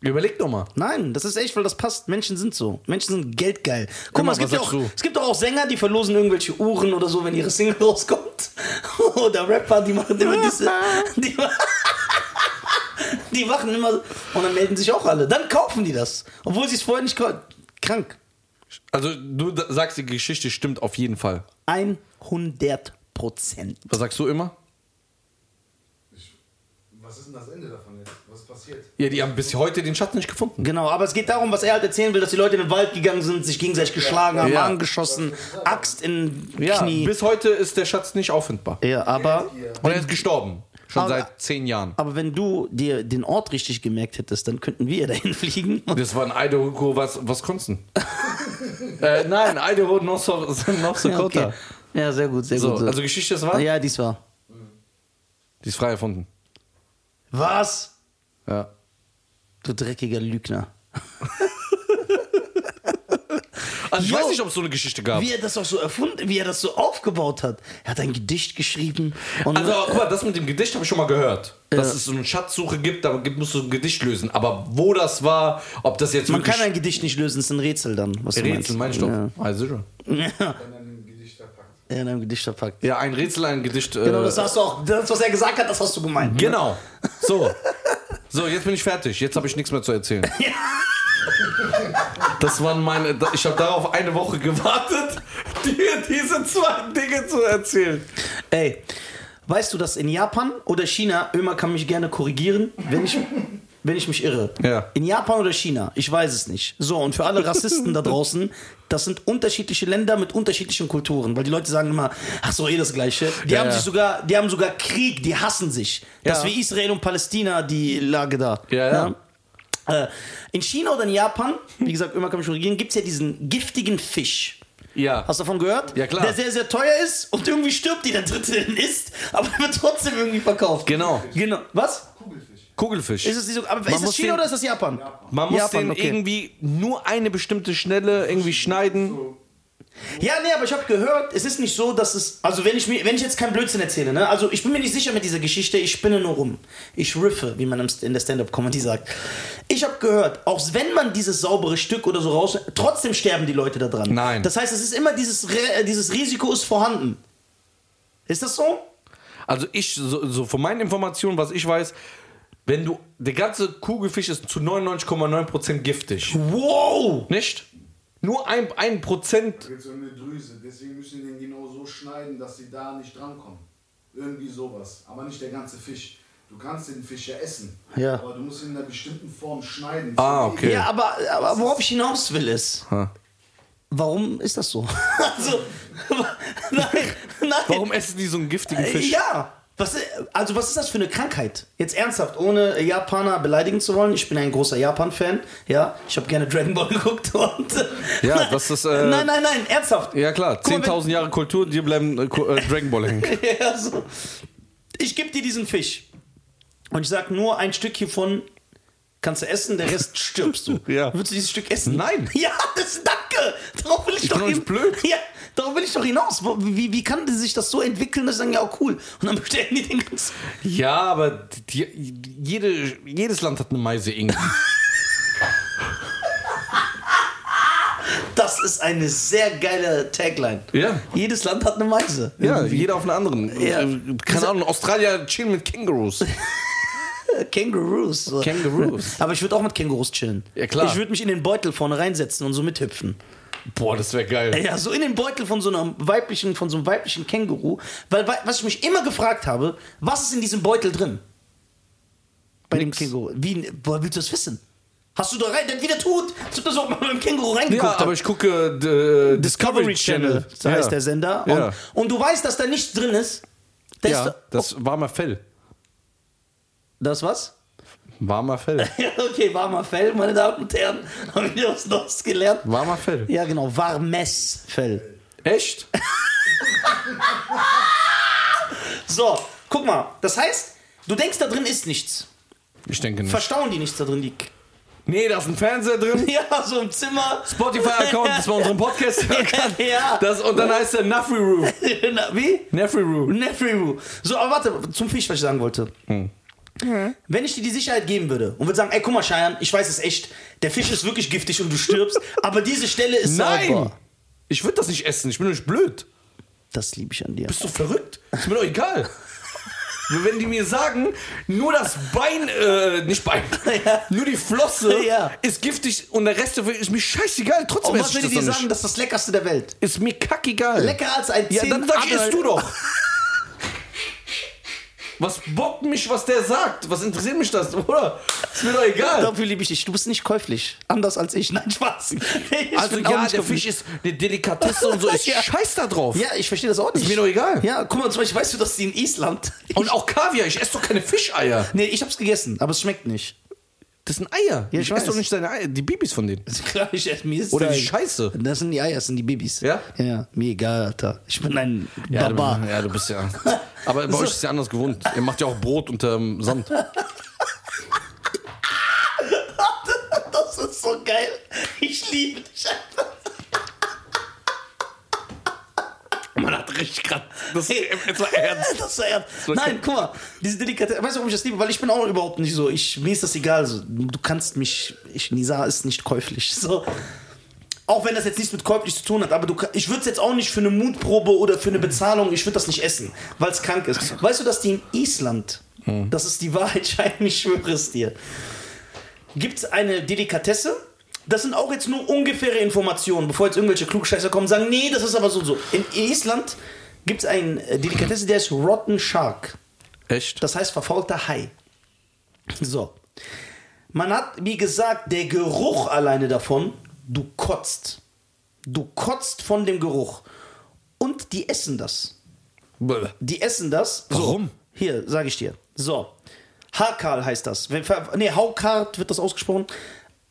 [SPEAKER 1] Überleg doch mal.
[SPEAKER 2] Nein, das ist echt, weil das passt. Menschen sind so. Menschen sind geldgeil. Guck mal,
[SPEAKER 1] mal,
[SPEAKER 2] es gibt,
[SPEAKER 1] was
[SPEAKER 2] ja auch,
[SPEAKER 1] sagst du?
[SPEAKER 2] es gibt doch auch Sänger, die verlosen irgendwelche Uhren oder so, wenn ihre Single rauskommt. Oder Rapper, die machen immer diese. Die, ma- die machen immer. Und dann melden sich auch alle. Dann kaufen die das. Obwohl sie es vorher nicht kaufen. Krank.
[SPEAKER 1] Also du da- sagst, die Geschichte stimmt auf jeden Fall.
[SPEAKER 2] 100 Prozent.
[SPEAKER 1] Was sagst du immer?
[SPEAKER 3] Ich Was ist denn das Ende davon jetzt? Was ist passiert?
[SPEAKER 1] Ja, die haben bis heute den Schatten nicht gefunden.
[SPEAKER 2] Genau, aber es geht darum, was er halt erzählen will, dass die Leute in den Wald gegangen sind, sich gegenseitig geschlagen haben,
[SPEAKER 1] Ja.
[SPEAKER 2] angeschossen, Axt in
[SPEAKER 1] Ja,
[SPEAKER 2] Knie.
[SPEAKER 1] bis heute ist der Schatz nicht auffindbar.
[SPEAKER 2] Ja, aber,
[SPEAKER 1] Und er ist gestorben. Schon
[SPEAKER 2] Aber-
[SPEAKER 1] seit zehn Jahren.
[SPEAKER 2] aber wenn du dir den Ort richtig gemerkt hättest, dann könnten wir dahin fliegen.
[SPEAKER 1] Das war in Idaho, was, Wisconsin. äh, nein, Idaho, North, North
[SPEAKER 2] Ja,
[SPEAKER 1] Dakota.
[SPEAKER 2] okay. ja sehr gut, sehr
[SPEAKER 1] so,
[SPEAKER 2] gut. So.
[SPEAKER 1] also Geschichte ist wahr?
[SPEAKER 2] ja, dies war.
[SPEAKER 1] Die ist frei erfunden.
[SPEAKER 2] Was?
[SPEAKER 1] Ja.
[SPEAKER 2] Du dreckiger Lügner.
[SPEAKER 1] Also ich
[SPEAKER 2] Jo.
[SPEAKER 1] weiß nicht, ob es so eine Geschichte gab.
[SPEAKER 2] Wie er das auch so erfunden, wie er das so aufgebaut hat. Er hat ein Gedicht geschrieben und
[SPEAKER 1] also guck mal, das mit dem Gedicht habe ich schon mal gehört. Dass
[SPEAKER 2] Ja.
[SPEAKER 1] es so eine Schatzsuche gibt, da gibt- musst du ein Gedicht lösen. Aber wo das war, ob das jetzt
[SPEAKER 2] man
[SPEAKER 1] wirklich
[SPEAKER 2] kann ein Gedicht nicht lösen, es ist ein Rätsel dann, was
[SPEAKER 1] Rätsel,
[SPEAKER 2] du
[SPEAKER 1] mein
[SPEAKER 2] meinst.
[SPEAKER 1] ich doch. Also schon.
[SPEAKER 2] Ja.
[SPEAKER 3] Wenn dann ein Gedicht verpackt.
[SPEAKER 2] Ja, in einem Gedicht verpackt.
[SPEAKER 1] Ja, ein Rätsel, ein Gedicht.
[SPEAKER 2] Genau,
[SPEAKER 1] äh,
[SPEAKER 2] das hast du auch, das, was er gesagt hat, das hast du gemeint. ne?
[SPEAKER 1] Genau. So. So, jetzt bin ich fertig. Jetzt habe ich nichts mehr zu erzählen. Das waren meine. da- Ich habe darauf eine Woche gewartet, dir diese zwei Dinge zu erzählen.
[SPEAKER 2] Ey, weißt du, dass in Japan oder China, Ömer kann mich gerne korrigieren, wenn ich, wenn ich mich irre.
[SPEAKER 1] Ja.
[SPEAKER 2] In Japan oder China, ich weiß es nicht. So, und für alle Rassisten da draußen, das sind unterschiedliche Länder mit unterschiedlichen Kulturen, weil die Leute sagen immer, ach so, eh das Gleiche. Die
[SPEAKER 1] Ja,
[SPEAKER 2] haben
[SPEAKER 1] ja.
[SPEAKER 2] sich sogar, die haben sogar Krieg, die hassen sich. Das
[SPEAKER 1] Ja.
[SPEAKER 2] ist wie Israel und Palästina, die Lage da.
[SPEAKER 1] Ja, ja.
[SPEAKER 2] Äh, In China oder in Japan, wie gesagt, Ömer kann mich korrigieren, gibt es ja diesen giftigen Fisch.
[SPEAKER 1] Ja.
[SPEAKER 2] Hast du davon gehört?
[SPEAKER 1] Ja, klar.
[SPEAKER 2] Der sehr, sehr teuer ist und irgendwie stirbt die der Dritte den isst, aber der wird trotzdem irgendwie verkauft.
[SPEAKER 1] Genau.
[SPEAKER 2] Genau. Was?
[SPEAKER 3] Kugelfisch.
[SPEAKER 1] Kugelfisch.
[SPEAKER 2] Ist es diese, aber
[SPEAKER 1] Man
[SPEAKER 2] ist das
[SPEAKER 1] muss
[SPEAKER 2] China
[SPEAKER 1] den-
[SPEAKER 2] oder ist das Japan?
[SPEAKER 1] Man muss
[SPEAKER 2] Japan,
[SPEAKER 1] den
[SPEAKER 2] okay.
[SPEAKER 1] irgendwie nur eine bestimmte Schnelle irgendwie schneiden.
[SPEAKER 2] Ja, nee, aber ich habe gehört, es ist nicht so, dass es. Also, wenn ich, mir, wenn ich jetzt keinen Blödsinn erzähle, ne? Also, ich bin mir nicht sicher mit dieser Geschichte, ich spinne nur rum. Ich riffe, wie man im- in der Stand-Up-Comedy sagt. Ich habe gehört, auch wenn man dieses saubere Stück oder so raus. Trotzdem sterben die Leute da dran.
[SPEAKER 1] Nein.
[SPEAKER 2] Das heißt, es ist immer dieses, Re- äh, dieses Risiko ist vorhanden. Ist das so?
[SPEAKER 1] Also ich, so, so von meinen Informationen, was ich weiß, wenn du. Der ganze Kugelfisch ist zu 99,9% giftig.
[SPEAKER 2] Wow!
[SPEAKER 1] Nicht? Nur ein, ein Prozent.
[SPEAKER 3] Da gibt es irgendeine Drüse. Deswegen müssen die den genau so schneiden, dass sie da nicht drankommen. Irgendwie sowas. Aber nicht der ganze Fisch. Du kannst den Fisch ja essen.
[SPEAKER 2] Ja.
[SPEAKER 3] Aber du musst ihn in einer bestimmten Form schneiden.
[SPEAKER 1] Ah, okay.
[SPEAKER 2] Ja, aber, aber worauf ich hinaus will ist, warum ist das so? also, nein, nein.
[SPEAKER 1] Warum essen die so einen
[SPEAKER 2] Äh,
[SPEAKER 1] giftigen Fisch?
[SPEAKER 2] Ja. Was, also was ist das für eine Krankheit? Jetzt ernsthaft, ohne Japaner beleidigen zu wollen. Ich bin ein großer Japan-Fan. Ja, ich habe gerne Dragon Ball geguckt. Und
[SPEAKER 1] Ja, das ist, äh,
[SPEAKER 2] nein, nein, nein, ernsthaft.
[SPEAKER 1] Ja klar,
[SPEAKER 2] Guck mal, wenn-
[SPEAKER 1] 10.000 Jahre Kultur, dir bleiben äh, Ku- äh, Dragon Ball hängen.
[SPEAKER 2] Ja, so. Ich gebe dir diesen Fisch. Und ich sag nur ein Stück hiervon kannst du essen, der Rest stirbst du.
[SPEAKER 1] Ja.
[SPEAKER 2] Würdest du dieses Stück essen?
[SPEAKER 1] Nein.
[SPEAKER 2] Ja, das danke. Darauf will ich, doch
[SPEAKER 1] bin doch nicht
[SPEAKER 2] hin-
[SPEAKER 1] blöd.
[SPEAKER 2] Ja, darauf will ich doch hinaus. Wo- Wie, wie kann sich das so entwickeln, dass sie sagen, ja, cool. Und dann bestellen die den ganzen.
[SPEAKER 1] Ja, aber die, jede, jedes Land hat eine Meise irgendwie.
[SPEAKER 2] Das ist eine sehr geile Tagline.
[SPEAKER 1] Ja.
[SPEAKER 2] Jedes Land hat eine Meise.
[SPEAKER 1] Ja, jeder auf einen anderen.
[SPEAKER 2] Ja.
[SPEAKER 1] Äh, Keine Ahnung, Australier chillen mit Kängurus.
[SPEAKER 2] Kangaroos. so.
[SPEAKER 1] Kangaroos.
[SPEAKER 2] Aber ich würde auch mit Kängurus chillen.
[SPEAKER 1] Ja, klar.
[SPEAKER 2] Ich würde mich in den Beutel vorne reinsetzen und so mithüpfen.
[SPEAKER 1] Boah, das wäre geil.
[SPEAKER 2] Ja, so in den Beutel von so einem weiblichen, von so einem weiblichen Känguru. Weil, weil was ich mich immer gefragt habe, was ist in diesem Beutel drin? Bei
[SPEAKER 1] Nix.
[SPEAKER 2] dem Känguru. Wie, woher willst du das wissen? Hast du da rein, denn wie der tut? Ich hab das auch mal beim Känguru reingeguckt.
[SPEAKER 1] Ja,
[SPEAKER 2] hab.
[SPEAKER 1] aber ich gucke äh,
[SPEAKER 2] Discovery Channel, so heißt der Sender.
[SPEAKER 1] Ja,
[SPEAKER 2] Und, und du weißt, dass da nichts drin ist. Da ist
[SPEAKER 1] ja
[SPEAKER 2] da- Oh,
[SPEAKER 1] das warmer Fell.
[SPEAKER 2] das was?
[SPEAKER 1] Warmer Fell.
[SPEAKER 2] Ja, okay, warmer Fell, meine Damen und Herren. Haben wir was Neues gelernt?
[SPEAKER 1] Warmer Fell.
[SPEAKER 2] Ja, genau, warmes Fell.
[SPEAKER 1] Echt?
[SPEAKER 2] So, guck mal. Das heißt, du denkst, da drin ist nichts.
[SPEAKER 1] Ich denke nicht.
[SPEAKER 2] Verstauen die nichts da drin, die
[SPEAKER 1] nee, da ist ein Fernseher drin.
[SPEAKER 2] Ja, so im Zimmer.
[SPEAKER 1] Spotify-Account, das war unserem Podcast.
[SPEAKER 2] Ja.
[SPEAKER 1] Das, und dann heißt der Nuffy Roo.
[SPEAKER 2] Na, Wie?
[SPEAKER 1] Nuffy Roo.
[SPEAKER 2] Nephew. So, aber warte, zum Fisch, was ich sagen wollte.
[SPEAKER 1] Hm.
[SPEAKER 2] Wenn ich dir die Sicherheit geben würde und würde sagen, ey, guck mal, Scheiern, ich weiß es echt, der Fisch ist wirklich giftig und du stirbst, aber diese Stelle ist
[SPEAKER 1] Nein!
[SPEAKER 2] sauber.
[SPEAKER 1] Ich würde das nicht essen, ich bin doch nicht blöd.
[SPEAKER 2] Das liebe ich an dir.
[SPEAKER 1] Bist du verrückt? Ist mir doch egal. Wenn die mir sagen, nur das Bein, äh, nicht Bein,
[SPEAKER 2] Ja.
[SPEAKER 1] nur die Flosse
[SPEAKER 2] Ja.
[SPEAKER 1] ist giftig und der Rest ist mir scheißegal, trotzdem
[SPEAKER 2] Und was
[SPEAKER 1] esse ich
[SPEAKER 2] würde
[SPEAKER 1] das
[SPEAKER 2] dir
[SPEAKER 1] doch
[SPEAKER 2] sagen,
[SPEAKER 1] nicht.
[SPEAKER 2] das ist das Leckerste der Welt?
[SPEAKER 1] Ist mir kackegal.
[SPEAKER 2] Leckerer als ein
[SPEAKER 1] Ja,
[SPEAKER 2] Zehn
[SPEAKER 1] dann sag ich,
[SPEAKER 2] Adler-
[SPEAKER 1] isst du doch. Was bockt mich, was der sagt? Was interessiert mich das, Bruder? Ist mir doch egal.
[SPEAKER 2] Dafür liebe ich dich. Du bist nicht käuflich. Anders als ich. Nein, Spaß. Ich
[SPEAKER 1] Also
[SPEAKER 2] bin auch
[SPEAKER 1] ja,
[SPEAKER 2] nicht
[SPEAKER 1] der
[SPEAKER 2] käuflich.
[SPEAKER 1] Fisch ist eine Delikatesse und so. Ich
[SPEAKER 2] Ja.
[SPEAKER 1] scheiß da drauf.
[SPEAKER 2] Ja, ich verstehe das auch nicht.
[SPEAKER 1] mir doch egal.
[SPEAKER 2] Ja, guck mal, zum Beispiel, weißt du, dass die in Island.
[SPEAKER 1] Und auch Kaviar, ich esse doch keine Fischeier.
[SPEAKER 2] Nee, ich hab's gegessen, aber es schmeckt nicht.
[SPEAKER 1] Das sind Eier.
[SPEAKER 2] Ja, ich
[SPEAKER 1] ich esse
[SPEAKER 2] weiß.
[SPEAKER 1] doch nicht deine Eier, die Babys von denen.
[SPEAKER 2] Ist Klar, ich esse mir ist
[SPEAKER 1] Oder die
[SPEAKER 2] egal.
[SPEAKER 1] Scheiße.
[SPEAKER 2] Das sind die Eier, das sind die Babys.
[SPEAKER 1] Ja?
[SPEAKER 2] Ja, ja. Mir egal, Alter. Ich bin ein Barbar.
[SPEAKER 1] du, ja, du bist ja. Aber bei euch ist es ja anders gewohnt. Ihr macht ja auch Brot unter ähm, Samt.
[SPEAKER 2] Das ist so geil. Ich liebe dich einfach.
[SPEAKER 1] Man hat richtig gerade. Das ist war ernst.
[SPEAKER 2] Das war ernst. Nein, guck mal, diese Delikatesse. Weißt du, warum ich das liebe? Weil ich bin auch überhaupt nicht so. Ich, mir ist das egal. So. Du kannst mich. Ich, Nisa ist nicht käuflich. So. Auch wenn das jetzt nichts mit käuflich zu tun hat, aber du, ka- ich würde es jetzt auch nicht für eine Mutprobe oder für eine Bezahlung, ich würde das nicht essen, weil es krank ist. Weißt du, dass die in Island,
[SPEAKER 1] Hm.
[SPEAKER 2] das ist die Wahrheit, Schein, ich schwöre es dir, gibt es eine Delikatesse. Das sind auch jetzt nur ungefähre Informationen, bevor jetzt irgendwelche Klugscheißer kommen und sagen, nee, das ist aber so und so. In Island gibt es eine Delikatesse, der ist Rotten Shark.
[SPEAKER 1] Echt?
[SPEAKER 2] Das heißt verfaulter Hai. So. Man hat, wie gesagt, der Geruch alleine davon, du kotzt. Du kotzt von dem Geruch. Und die essen das.
[SPEAKER 1] Bäh.
[SPEAKER 2] Die essen das.
[SPEAKER 1] Warum?
[SPEAKER 2] So, hier, sage ich dir. So. Hakal heißt das. Wenn- ver- Nee, Haukart wird das ausgesprochen.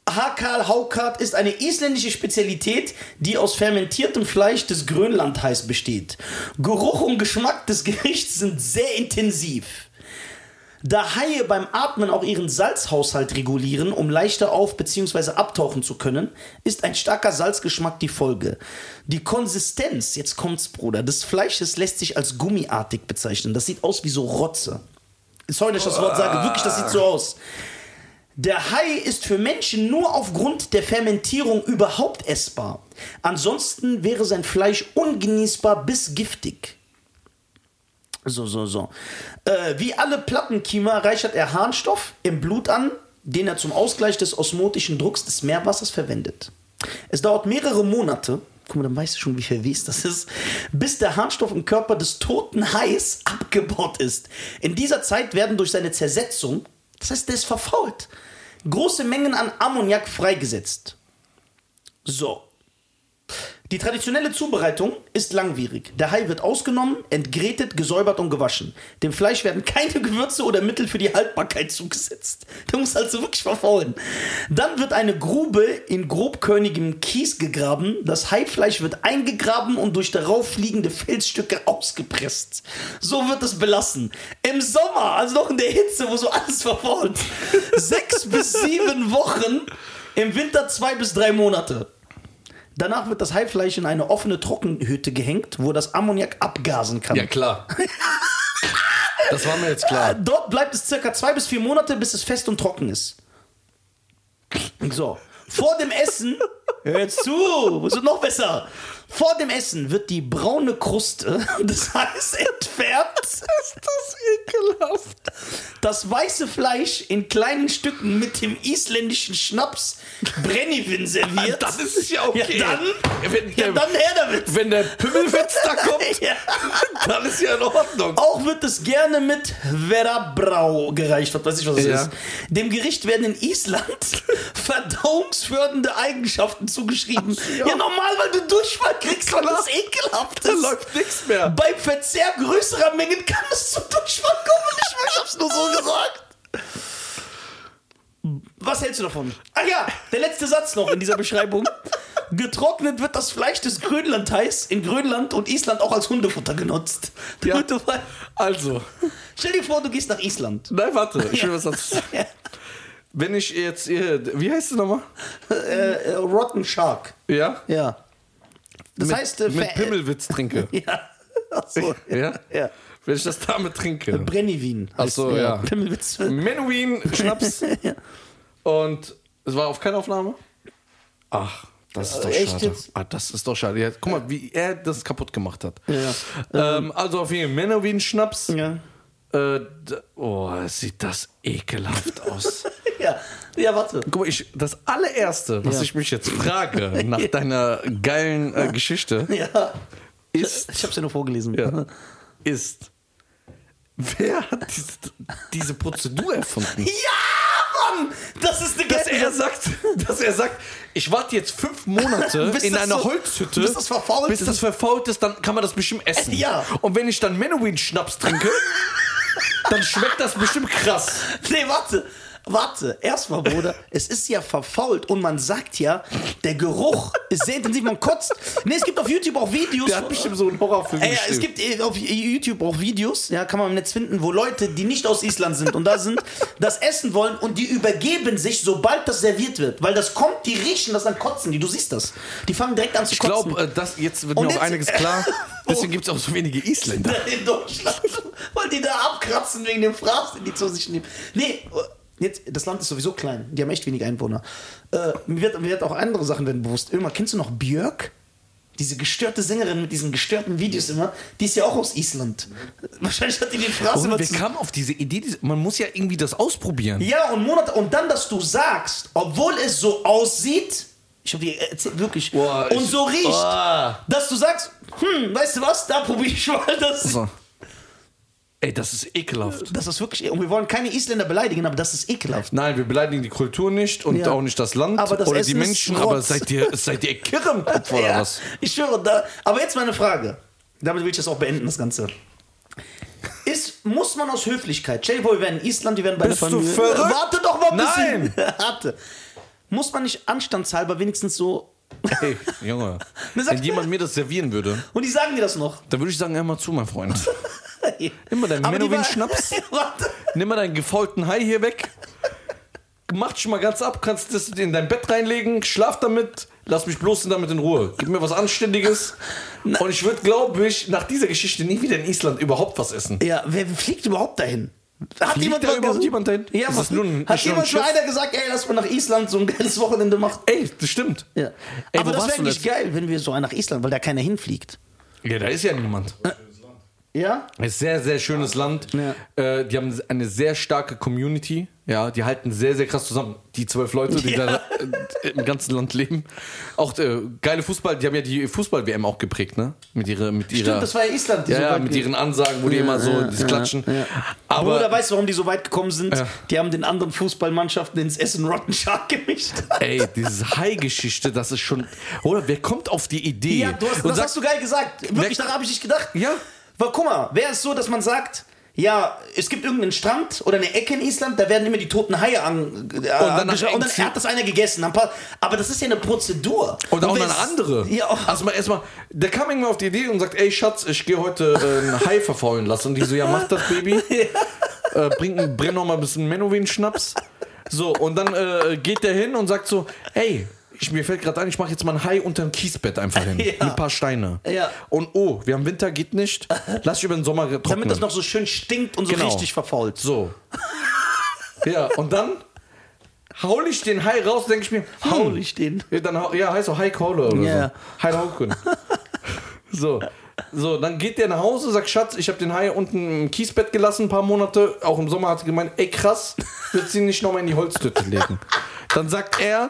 [SPEAKER 2] Hakal Haukart ist eine isländische Spezialität, die aus fermentiertem Fleisch des Grönlandhais besteht. Geruch und Geschmack des Gerichts sind sehr intensiv. Da Haie beim Atmen auch ihren Salzhaushalt regulieren, um leichter auf- bzw. abtauchen zu können, ist ein starker Salzgeschmack die Folge. Die Konsistenz, jetzt kommt's, Bruder, des Fleisches lässt sich als gummiartig bezeichnen. Das sieht aus wie so Rotze. Sorry, dass ich das Wort sage, wirklich, das sieht so aus. Der Hai ist für Menschen nur aufgrund der Fermentierung überhaupt essbar. Ansonsten wäre sein Fleisch ungenießbar bis giftig. So, so, so. Äh, wie alle Plattenkiemer reichert er Harnstoff im Blut an, den er zum Ausgleich des osmotischen Drucks des Meerwassers verwendet. Es dauert mehrere Monate, guck mal, dann weißt du schon, wie verwest das ist, bis der Harnstoff im Körper des toten Hais abgebaut ist. In dieser Zeit werden durch seine Zersetzung, das heißt, der ist verfault, große Mengen an Ammoniak freigesetzt. So, die traditionelle Zubereitung ist langwierig. Der Hai wird ausgenommen, entgrätet, gesäubert und gewaschen. Dem Fleisch werden keine Gewürze oder Mittel für die Haltbarkeit zugesetzt. Der muss also wirklich verfaulen. Dann wird eine Grube in grobkörnigem Kies gegraben. Das Haifleisch wird eingegraben und durch darauf fliegende Felsstücke ausgepresst. So wird es belassen. Im Sommer, also noch in der Hitze, wo so alles verfault. Sechs bis sieben Wochen. Im Winter zwei bis drei Monate. Danach wird das Haifleisch in eine offene Trockenhütte gehängt, wo das Ammoniak abgasen kann.
[SPEAKER 1] Ja, klar. Das war mir jetzt klar.
[SPEAKER 2] Dort bleibt es circa zwei bis vier Monate, bis es fest und trocken ist. So. Vor dem Essen, hör jetzt zu, ist noch besser. Vor dem Essen wird die braune Kruste des Hais entfernt. Ist das ekelhaft. Das weiße Fleisch in kleinen Stücken mit dem isländischen Schnaps Brennivin serviert.
[SPEAKER 1] Ah, Das ist ja okay.
[SPEAKER 2] Ja, dann,
[SPEAKER 1] Wenn der,
[SPEAKER 2] ja, dann her damit.
[SPEAKER 1] wenn der Pimmelwitz da kommt,
[SPEAKER 2] Ja.
[SPEAKER 1] dann ist ja in Ordnung.
[SPEAKER 2] Auch wird es gerne mit Verabrau gereicht, was weiß ich, was es
[SPEAKER 1] Ja.
[SPEAKER 2] ist. Dem Gericht werden in Island verdauungsfördernde Eigenschaften zugeschrieben. ja. normal, weil du Durchfall kriegst, weil das ekelhaft ist.
[SPEAKER 1] Da läuft nichts mehr.
[SPEAKER 2] Beim Verzehr größerer Mengen kann es zum Durchfall kommen. Ich, weiß, ich hab's nur so gesagt. Was hältst du davon? Ach ja, der letzte Satz noch in dieser Beschreibung. Getrocknet wird das Fleisch des Grönlandhais in Grönland und Island auch als Hundefutter genutzt.
[SPEAKER 1] Ja.
[SPEAKER 2] Damit du weißt-
[SPEAKER 1] Also,
[SPEAKER 2] Stell dir vor, du gehst nach Island.
[SPEAKER 1] nein, warte. Ich will was dazu. Wenn ich jetzt, ihr- wie heißt es nochmal?
[SPEAKER 2] Äh, äh, Rotten Shark.
[SPEAKER 1] Ja?
[SPEAKER 2] Ja. Das
[SPEAKER 1] mit,
[SPEAKER 2] heißt, äh,
[SPEAKER 1] mit
[SPEAKER 2] ver-
[SPEAKER 1] Pimmelwitz trinke.
[SPEAKER 2] Ja. Achso.
[SPEAKER 1] Ja?
[SPEAKER 2] Ja.
[SPEAKER 1] Wenn ich das damit trinke.
[SPEAKER 2] Brennivin. heißt-
[SPEAKER 1] so, ja.
[SPEAKER 2] Pimmelwitz.
[SPEAKER 1] Menuhin, Schnaps.
[SPEAKER 2] Ja.
[SPEAKER 1] Und es war auf keine Aufnahme? Ach, das ist doch
[SPEAKER 2] Echt
[SPEAKER 1] schade.
[SPEAKER 2] jetzt?
[SPEAKER 1] Ah, das ist doch schade. Ja, guck mal, wie er das kaputt gemacht hat.
[SPEAKER 2] Ja.
[SPEAKER 1] Ähm, also auf jeden Fall Menuhin, Schnaps.
[SPEAKER 2] Ja.
[SPEAKER 1] Äh, d- oh, sieht das ekelhaft aus.
[SPEAKER 2] ja. Ja, warte.
[SPEAKER 1] Guck mal, ich, das allererste, was
[SPEAKER 2] Ja.
[SPEAKER 1] ich mich jetzt frage, nach deiner geilen äh, Geschichte,
[SPEAKER 2] Ja.
[SPEAKER 1] ist,
[SPEAKER 2] Ich hab's ja nur vorgelesen.
[SPEAKER 1] ja, ist, Wer hat diese, diese Prozedur erfunden?
[SPEAKER 2] Ja, Mann! Das ist eine
[SPEAKER 1] Dass
[SPEAKER 2] geile
[SPEAKER 1] er sagt, dass er sagt, ich warte jetzt fünf Monate
[SPEAKER 2] Bis
[SPEAKER 1] in
[SPEAKER 2] das
[SPEAKER 1] einer
[SPEAKER 2] so-
[SPEAKER 1] Holzhütte,
[SPEAKER 2] bis das verfault
[SPEAKER 1] bis das
[SPEAKER 2] ist.
[SPEAKER 1] verfault ist, dann kann man das bestimmt essen.
[SPEAKER 2] Ja.
[SPEAKER 1] Und wenn ich dann Menowin-Schnaps trinke, dann schmeckt das bestimmt krass.
[SPEAKER 2] Nee, warte. Warte, erstmal, Bruder, es ist ja verfault und man sagt ja, der Geruch ist sehr intensiv, man kotzt. Nee, es gibt auf YouTube auch Videos.
[SPEAKER 1] Der hat bestimmt so einen Horrorfilm
[SPEAKER 2] Ey, ja,
[SPEAKER 1] geschrieben.
[SPEAKER 2] es gibt eh auf YouTube auch Videos, ja, kann man im Netz finden, wo Leute, die nicht aus Island sind und da sind, das essen wollen und die übergeben sich, sobald das serviert wird. Weil das kommt, die riechen das, dann kotzen die, du siehst das. Die fangen direkt an zu
[SPEAKER 1] ich
[SPEAKER 2] kotzen.
[SPEAKER 1] glaube, das jetzt wird
[SPEAKER 2] Und
[SPEAKER 1] mir auch
[SPEAKER 2] jetzt-
[SPEAKER 1] einiges klar. Deswegen gibt es auch so wenige Isländer.
[SPEAKER 2] in Deutschland, weil die da abkratzen wegen dem Fraß, den die zu sich nehmen. Nee, äh, jetzt, das Land ist sowieso klein. Die haben echt wenig Einwohner. Äh, mir, wird, mir wird auch andere Sachen werden bewusst. Irgendwann, kennst du noch Björk? Diese gestörte Sängerin mit diesen gestörten Videos immer, die ist ja auch aus Island. Wahrscheinlich hat die den Fraß immer
[SPEAKER 1] wir
[SPEAKER 2] zu-
[SPEAKER 1] kamen auf diese Idee, diese- man muss ja irgendwie das ausprobieren.
[SPEAKER 2] Ja, und Monate, und dann, dass du sagst, obwohl es so aussieht, ich hab dir erzählt, wirklich,
[SPEAKER 1] Boah,
[SPEAKER 2] und
[SPEAKER 1] ich-
[SPEAKER 2] so riecht,
[SPEAKER 1] Boah.
[SPEAKER 2] dass du sagst, hm, weißt du was, da probiere ich mal das.
[SPEAKER 1] So. Ey, das ist ekelhaft.
[SPEAKER 2] Das ist wirklich. Und wir wollen keine Isländer beleidigen, aber das ist ekelhaft.
[SPEAKER 1] Nein, wir beleidigen die Kultur nicht und
[SPEAKER 2] Ja.
[SPEAKER 1] auch nicht das Land
[SPEAKER 2] Aber das
[SPEAKER 1] oder die
[SPEAKER 2] Essen ist
[SPEAKER 1] Menschen,
[SPEAKER 2] Rotz.
[SPEAKER 1] aber seid ihr, seid ihr kirre im Kopf oder
[SPEAKER 2] Ja,
[SPEAKER 1] was?
[SPEAKER 2] Ich schwöre, da. Aber jetzt meine Frage. Damit will ich das auch beenden, das Ganze. Ist, muss man aus Höflichkeit, stell dir vor, wir wären in Island, wir wären bei
[SPEAKER 1] Bist
[SPEAKER 2] der
[SPEAKER 1] du
[SPEAKER 2] Familie.
[SPEAKER 1] verrückt?
[SPEAKER 2] Warte doch mal ein bisschen.
[SPEAKER 1] Nein!
[SPEAKER 2] Warte. Muss man nicht anstandshalber wenigstens so.
[SPEAKER 1] Hey, Junge,
[SPEAKER 2] Mir sagt-
[SPEAKER 1] wenn jemand mir das servieren würde,
[SPEAKER 2] Und die sagen dir das noch.
[SPEAKER 1] dann würde ich sagen, hör mal zu, mein Freund. Immer deinen
[SPEAKER 2] Aber die war-
[SPEAKER 1] Menowin-Schnaps.
[SPEAKER 2] Warte.
[SPEAKER 1] Nimm mal deinen gefaulten Hai hier weg. Mach dich mal ganz ab, kannst das in dein Bett reinlegen, schlaf damit, lass mich bloß damit in Ruhe. Gib mir was Anständiges. Und ich würde, glaube ich, nach dieser Geschichte nie wieder in Island überhaupt was essen.
[SPEAKER 2] Ja, wer fliegt überhaupt dahin? Hat
[SPEAKER 1] Fliegt da
[SPEAKER 2] mal
[SPEAKER 1] überhaupt
[SPEAKER 2] gesagt-
[SPEAKER 1] jemand dahin?
[SPEAKER 2] Ja,
[SPEAKER 1] Ist das
[SPEAKER 2] Mann.
[SPEAKER 1] nur ein-
[SPEAKER 2] hat
[SPEAKER 1] ist nur ein
[SPEAKER 2] jemand schon
[SPEAKER 1] Schiff?
[SPEAKER 2] einer gesagt, ey, lass mal nach Island so ein geiles Wochenende machen?
[SPEAKER 1] Ey, das stimmt.
[SPEAKER 2] Ja.
[SPEAKER 1] Ey,
[SPEAKER 2] aber
[SPEAKER 1] wo
[SPEAKER 2] das
[SPEAKER 1] warst
[SPEAKER 2] wäre
[SPEAKER 1] du
[SPEAKER 2] eigentlich
[SPEAKER 1] letzt-
[SPEAKER 2] geil, wenn wir so nach Island, weil da keiner hinfliegt.
[SPEAKER 1] Ja, da ist ja niemand.
[SPEAKER 3] Schönes Land.
[SPEAKER 2] Ja?
[SPEAKER 1] Ein sehr, sehr schönes Land.
[SPEAKER 2] Ja.
[SPEAKER 1] Äh, die haben eine sehr starke Community. Ja, die halten sehr, sehr krass zusammen. Die zwölf Leute, die
[SPEAKER 2] Ja.
[SPEAKER 1] da äh, im ganzen Land leben. Auch äh, geile Fußball, die haben ja die Fußball-WM auch geprägt, ne? Mit ihrer, mit ihrer,
[SPEAKER 2] Stimmt, das war ja Island. Die
[SPEAKER 1] ja,
[SPEAKER 2] so
[SPEAKER 1] ja,
[SPEAKER 2] weit
[SPEAKER 1] mit
[SPEAKER 2] gehen.
[SPEAKER 1] ihren Ansagen, wo die immer so
[SPEAKER 2] ja,
[SPEAKER 1] das
[SPEAKER 2] ja,
[SPEAKER 1] klatschen.
[SPEAKER 2] ja.
[SPEAKER 1] Aber
[SPEAKER 2] Bruder, weißt du, warum die so weit gekommen sind?
[SPEAKER 1] Ja.
[SPEAKER 2] Die haben den anderen Fußballmannschaften ins Essen Rotten Shark gemischt.
[SPEAKER 1] ey, diese High-Geschichte, das ist schon. Oder wer kommt auf die Idee?
[SPEAKER 2] Ja, du hast,
[SPEAKER 1] und
[SPEAKER 2] das
[SPEAKER 1] sagt,
[SPEAKER 2] hast du geil gesagt. Wirklich,
[SPEAKER 1] Wer-
[SPEAKER 2] daran habe ich nicht gedacht.
[SPEAKER 1] Ja.
[SPEAKER 2] Weil guck mal, wäre es so, dass man sagt, ja, es gibt irgendeinen Strand oder eine Ecke in Island, da werden immer die toten Haie an, äh, und,
[SPEAKER 1] danach
[SPEAKER 2] und dann
[SPEAKER 1] entzie-
[SPEAKER 2] hat das einer gegessen. Ein paar, aber das ist ja eine Prozedur.
[SPEAKER 1] Und auch
[SPEAKER 2] wer
[SPEAKER 1] noch eine
[SPEAKER 2] ist-
[SPEAKER 1] andere.
[SPEAKER 2] Ja, auch.
[SPEAKER 1] Erstmal, erstmal, der kam irgendwann auf die Idee und sagt, ey Schatz, ich gehe heute äh, einen Hai verfaulen lassen. Und die so, ja mach das, Baby. äh, bring, bring noch mal ein bisschen Menowin-Schnaps. So, und dann äh, geht der hin und sagt so, ey, ich, mir fällt gerade ein, ich mache jetzt mal ein Hai unter ein Kiesbett einfach hin.
[SPEAKER 2] Ja.
[SPEAKER 1] Mit ein paar Steine.
[SPEAKER 2] Ja.
[SPEAKER 1] Und oh, wir haben Winter, geht nicht. Lass ich über den Sommer trocknen.
[SPEAKER 2] damit das noch so schön stinkt und so
[SPEAKER 1] Genau.
[SPEAKER 2] richtig verfault.
[SPEAKER 1] So. ja, und dann haul ich den Hai raus, denke ich mir, hm,
[SPEAKER 2] Haul ich den?
[SPEAKER 1] Ja, dann, hau- ja heißt auch Hai Kaule oder
[SPEAKER 2] Ja.
[SPEAKER 1] so. Hai Haukun. so. So, dann geht der nach Hause, sagt, Schatz, ich habe den Hai unten im Kiesbett gelassen, ein paar Monate. Auch im Sommer hat sie gemeint, ey krass, willst du ihn nicht nochmal in die Holztüte legen? Dann sagt er,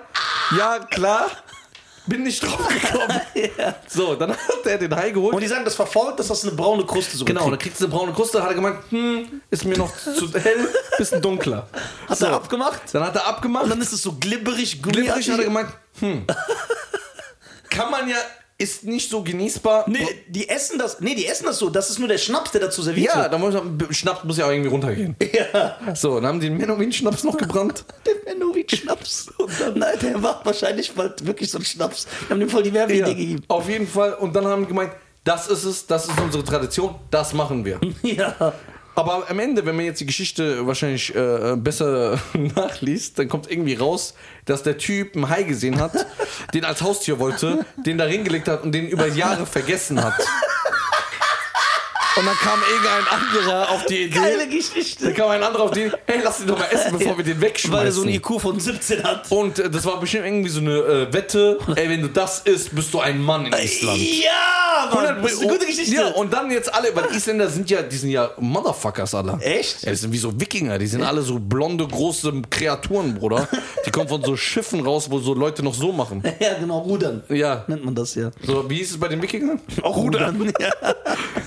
[SPEAKER 1] ja klar, bin nicht drauf gekommen. So, dann hat er den Hai geholt.
[SPEAKER 2] Und die sagen, das verfault, dass das eine braune Kruste so
[SPEAKER 1] Genau, da
[SPEAKER 2] kriegt.
[SPEAKER 1] kriegst du eine braune Kruste, hat er gemeint, hm, ist mir noch zu hell, bisschen dunkler.
[SPEAKER 2] Hat er abgemacht?
[SPEAKER 1] Dann hat er abgemacht,
[SPEAKER 2] Und dann ist es so glibberig,
[SPEAKER 1] glibberig
[SPEAKER 2] gummiartig.
[SPEAKER 1] hat er gemeint, hm, kann man ja, ist nicht so genießbar.
[SPEAKER 2] Nee, die essen das. Nee, die essen das so. Das ist nur der Schnaps, der dazu serviert
[SPEAKER 1] Ja,
[SPEAKER 2] wird.
[SPEAKER 1] dann muss man, Schnaps muss ja auch irgendwie runtergehen.
[SPEAKER 2] Ja.
[SPEAKER 1] So, dann haben die den Menowin-Schnaps noch gebrannt.
[SPEAKER 2] Der Menowin-Schnaps. Und dann, Nein, der war wahrscheinlich bald wirklich so ein Schnaps. Wir haben dem voll die Werbeidee
[SPEAKER 1] Ja,
[SPEAKER 2] gegeben.
[SPEAKER 1] auf jeden Fall. Und dann haben die gemeint, das ist es, das ist unsere Tradition, das machen wir.
[SPEAKER 2] Ja.
[SPEAKER 1] Aber am Ende, wenn man jetzt die Geschichte wahrscheinlich äh, besser nachliest, dann kommt irgendwie raus, dass der Typ einen Hai gesehen hat, den als Haustier wollte, den da reingelegt hat und den über Jahre vergessen hat. Und dann kam irgendein anderer auf die Idee.
[SPEAKER 2] Geile
[SPEAKER 1] Dann
[SPEAKER 2] Geschichte.
[SPEAKER 1] kam ein anderer auf die Idee, hey, lass ihn doch mal essen, bevor wir den wegschmeißen.
[SPEAKER 2] Weil er so eine IQ von 17 hat.
[SPEAKER 1] und äh, das war bestimmt irgendwie so eine äh, Wette, ey, wenn du das isst, bist du ein Mann in Island.
[SPEAKER 2] Ja, Mann.
[SPEAKER 1] 100
[SPEAKER 2] Das ist eine gute Geschichte.
[SPEAKER 1] Ja, und dann jetzt alle, weil die Isländer sind ja, die sind ja Motherfuckers, Alter.
[SPEAKER 2] Echt?
[SPEAKER 1] Ja, das sind wie so Wikinger, die sind alle so blonde, große Kreaturen, Bruder. Die kommen von so Schiffen raus, wo so Leute noch so machen.
[SPEAKER 2] ja, genau, rudern.
[SPEAKER 1] Ja.
[SPEAKER 2] Nennt man das ja.
[SPEAKER 1] So, wie hieß es bei den Wikingern?
[SPEAKER 2] Auch rudern. Ja.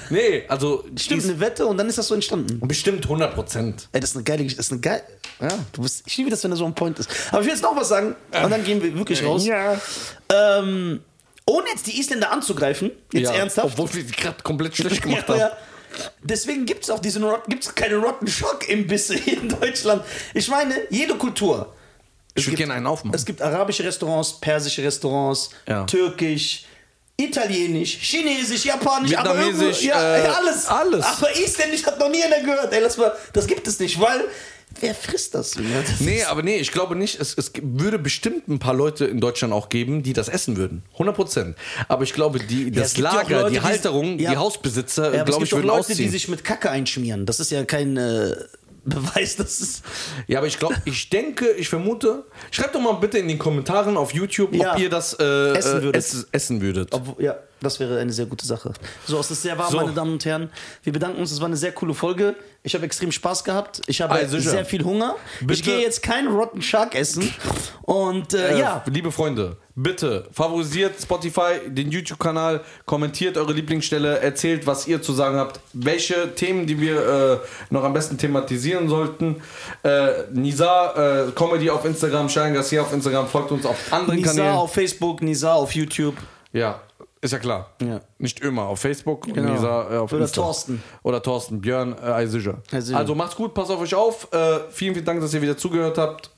[SPEAKER 1] Nee, also
[SPEAKER 2] Stimmt,
[SPEAKER 1] die
[SPEAKER 2] eine Wette und dann ist das so entstanden.
[SPEAKER 1] ist bestimmt 100 Prozent.
[SPEAKER 2] Ey, das ist eine geile Geschichte. Das ist eine geile. Ja, du bist, ich liebe das, wenn er so on point ist. Aber ich will jetzt noch was sagen und dann gehen wir wirklich raus.
[SPEAKER 1] Ja.
[SPEAKER 2] Ähm, ohne jetzt die Isländer anzugreifen, jetzt ernsthaft.
[SPEAKER 1] Obwohl wir die gerade komplett schlecht
[SPEAKER 2] Ja,
[SPEAKER 1] gemacht haben.
[SPEAKER 2] ja. Deswegen gibt es auch diesen Rot gibt's keine Rotten Schock-Imbisse hier in Deutschland. Ich meine, jede Kultur. Es
[SPEAKER 1] Ich würde
[SPEAKER 2] gibt-
[SPEAKER 1] gerne einen aufmachen.
[SPEAKER 2] Es gibt arabische Restaurants, persische Restaurants,
[SPEAKER 1] Ja.
[SPEAKER 2] türkisch, italienisch, chinesisch, japanisch,
[SPEAKER 1] Vietnamesisch,
[SPEAKER 2] aber irgendwo, ja,
[SPEAKER 1] äh,
[SPEAKER 2] ey, alles.
[SPEAKER 1] alles.
[SPEAKER 2] Aber isländisch hat noch nie einer gehört. Ey, lass mal, das gibt es nicht, weil wer frisst das? Junge? Das
[SPEAKER 1] Nee,
[SPEAKER 2] ist-
[SPEAKER 1] aber nee, ich glaube nicht. Es, es würde bestimmt ein paar Leute in Deutschland auch geben, die das essen würden. 100 Prozent. Aber ich glaube, die,
[SPEAKER 2] es
[SPEAKER 1] das
[SPEAKER 2] gibt ja auch
[SPEAKER 1] Lager,
[SPEAKER 2] Leute,
[SPEAKER 1] die
[SPEAKER 2] die-
[SPEAKER 1] Halterung,
[SPEAKER 2] ja.
[SPEAKER 1] die Hausbesitzer,
[SPEAKER 2] ja, aber
[SPEAKER 1] glaube
[SPEAKER 2] es
[SPEAKER 1] ich,
[SPEAKER 2] gibt
[SPEAKER 1] würden
[SPEAKER 2] auch Leute,
[SPEAKER 1] ausziehen.
[SPEAKER 2] die sich mit Kacke einschmieren. Das ist ja kein äh, Beweis, dass es.
[SPEAKER 1] Ja, aber ich glaube, ich denke, ich vermute. Schreibt doch mal bitte in den Kommentaren auf YouTube,
[SPEAKER 2] Ja.
[SPEAKER 1] ob ihr das äh,
[SPEAKER 2] Essen
[SPEAKER 1] äh,
[SPEAKER 2] würdet.
[SPEAKER 1] ess- essen würdet.
[SPEAKER 2] Obwohl- Ja, das wäre eine sehr gute Sache. So, es ist sehr warm,
[SPEAKER 1] So.
[SPEAKER 2] meine Damen und Herren. Wir bedanken uns. Es war eine sehr coole Folge. Ich habe extrem Spaß gehabt. Ich habe
[SPEAKER 1] Also, sicher.
[SPEAKER 2] sehr viel Hunger. Ich
[SPEAKER 1] Bitte.
[SPEAKER 2] gehe jetzt keinen Rotten Shark essen. Und äh,
[SPEAKER 1] Äh,
[SPEAKER 2] ja,
[SPEAKER 1] Liebe Freunde, bitte favorisiert Spotify, den YouTube-Kanal, kommentiert eure Lieblingsstelle, erzählt, was ihr zu sagen habt, welche Themen, die wir äh, noch am besten thematisieren sollten. Äh, Nisa, äh, Comedy auf Instagram, Schein Garcia auf Instagram, folgt uns auf anderen
[SPEAKER 2] Nisa
[SPEAKER 1] Kanälen.
[SPEAKER 2] auf Facebook, Nisa auf YouTube.
[SPEAKER 1] ja, ist ja klar.
[SPEAKER 2] Ja.
[SPEAKER 1] Nicht immer auf Facebook
[SPEAKER 2] Genau.
[SPEAKER 1] und Nisa äh, auf
[SPEAKER 2] Oder
[SPEAKER 1] Insta.
[SPEAKER 2] Thorsten.
[SPEAKER 1] Oder Thorsten, Björn, äh, Aysischer.
[SPEAKER 2] Aysischer.
[SPEAKER 1] Also macht's gut, passt auf euch auf. Äh, vielen, vielen Dank, dass ihr wieder zugehört habt.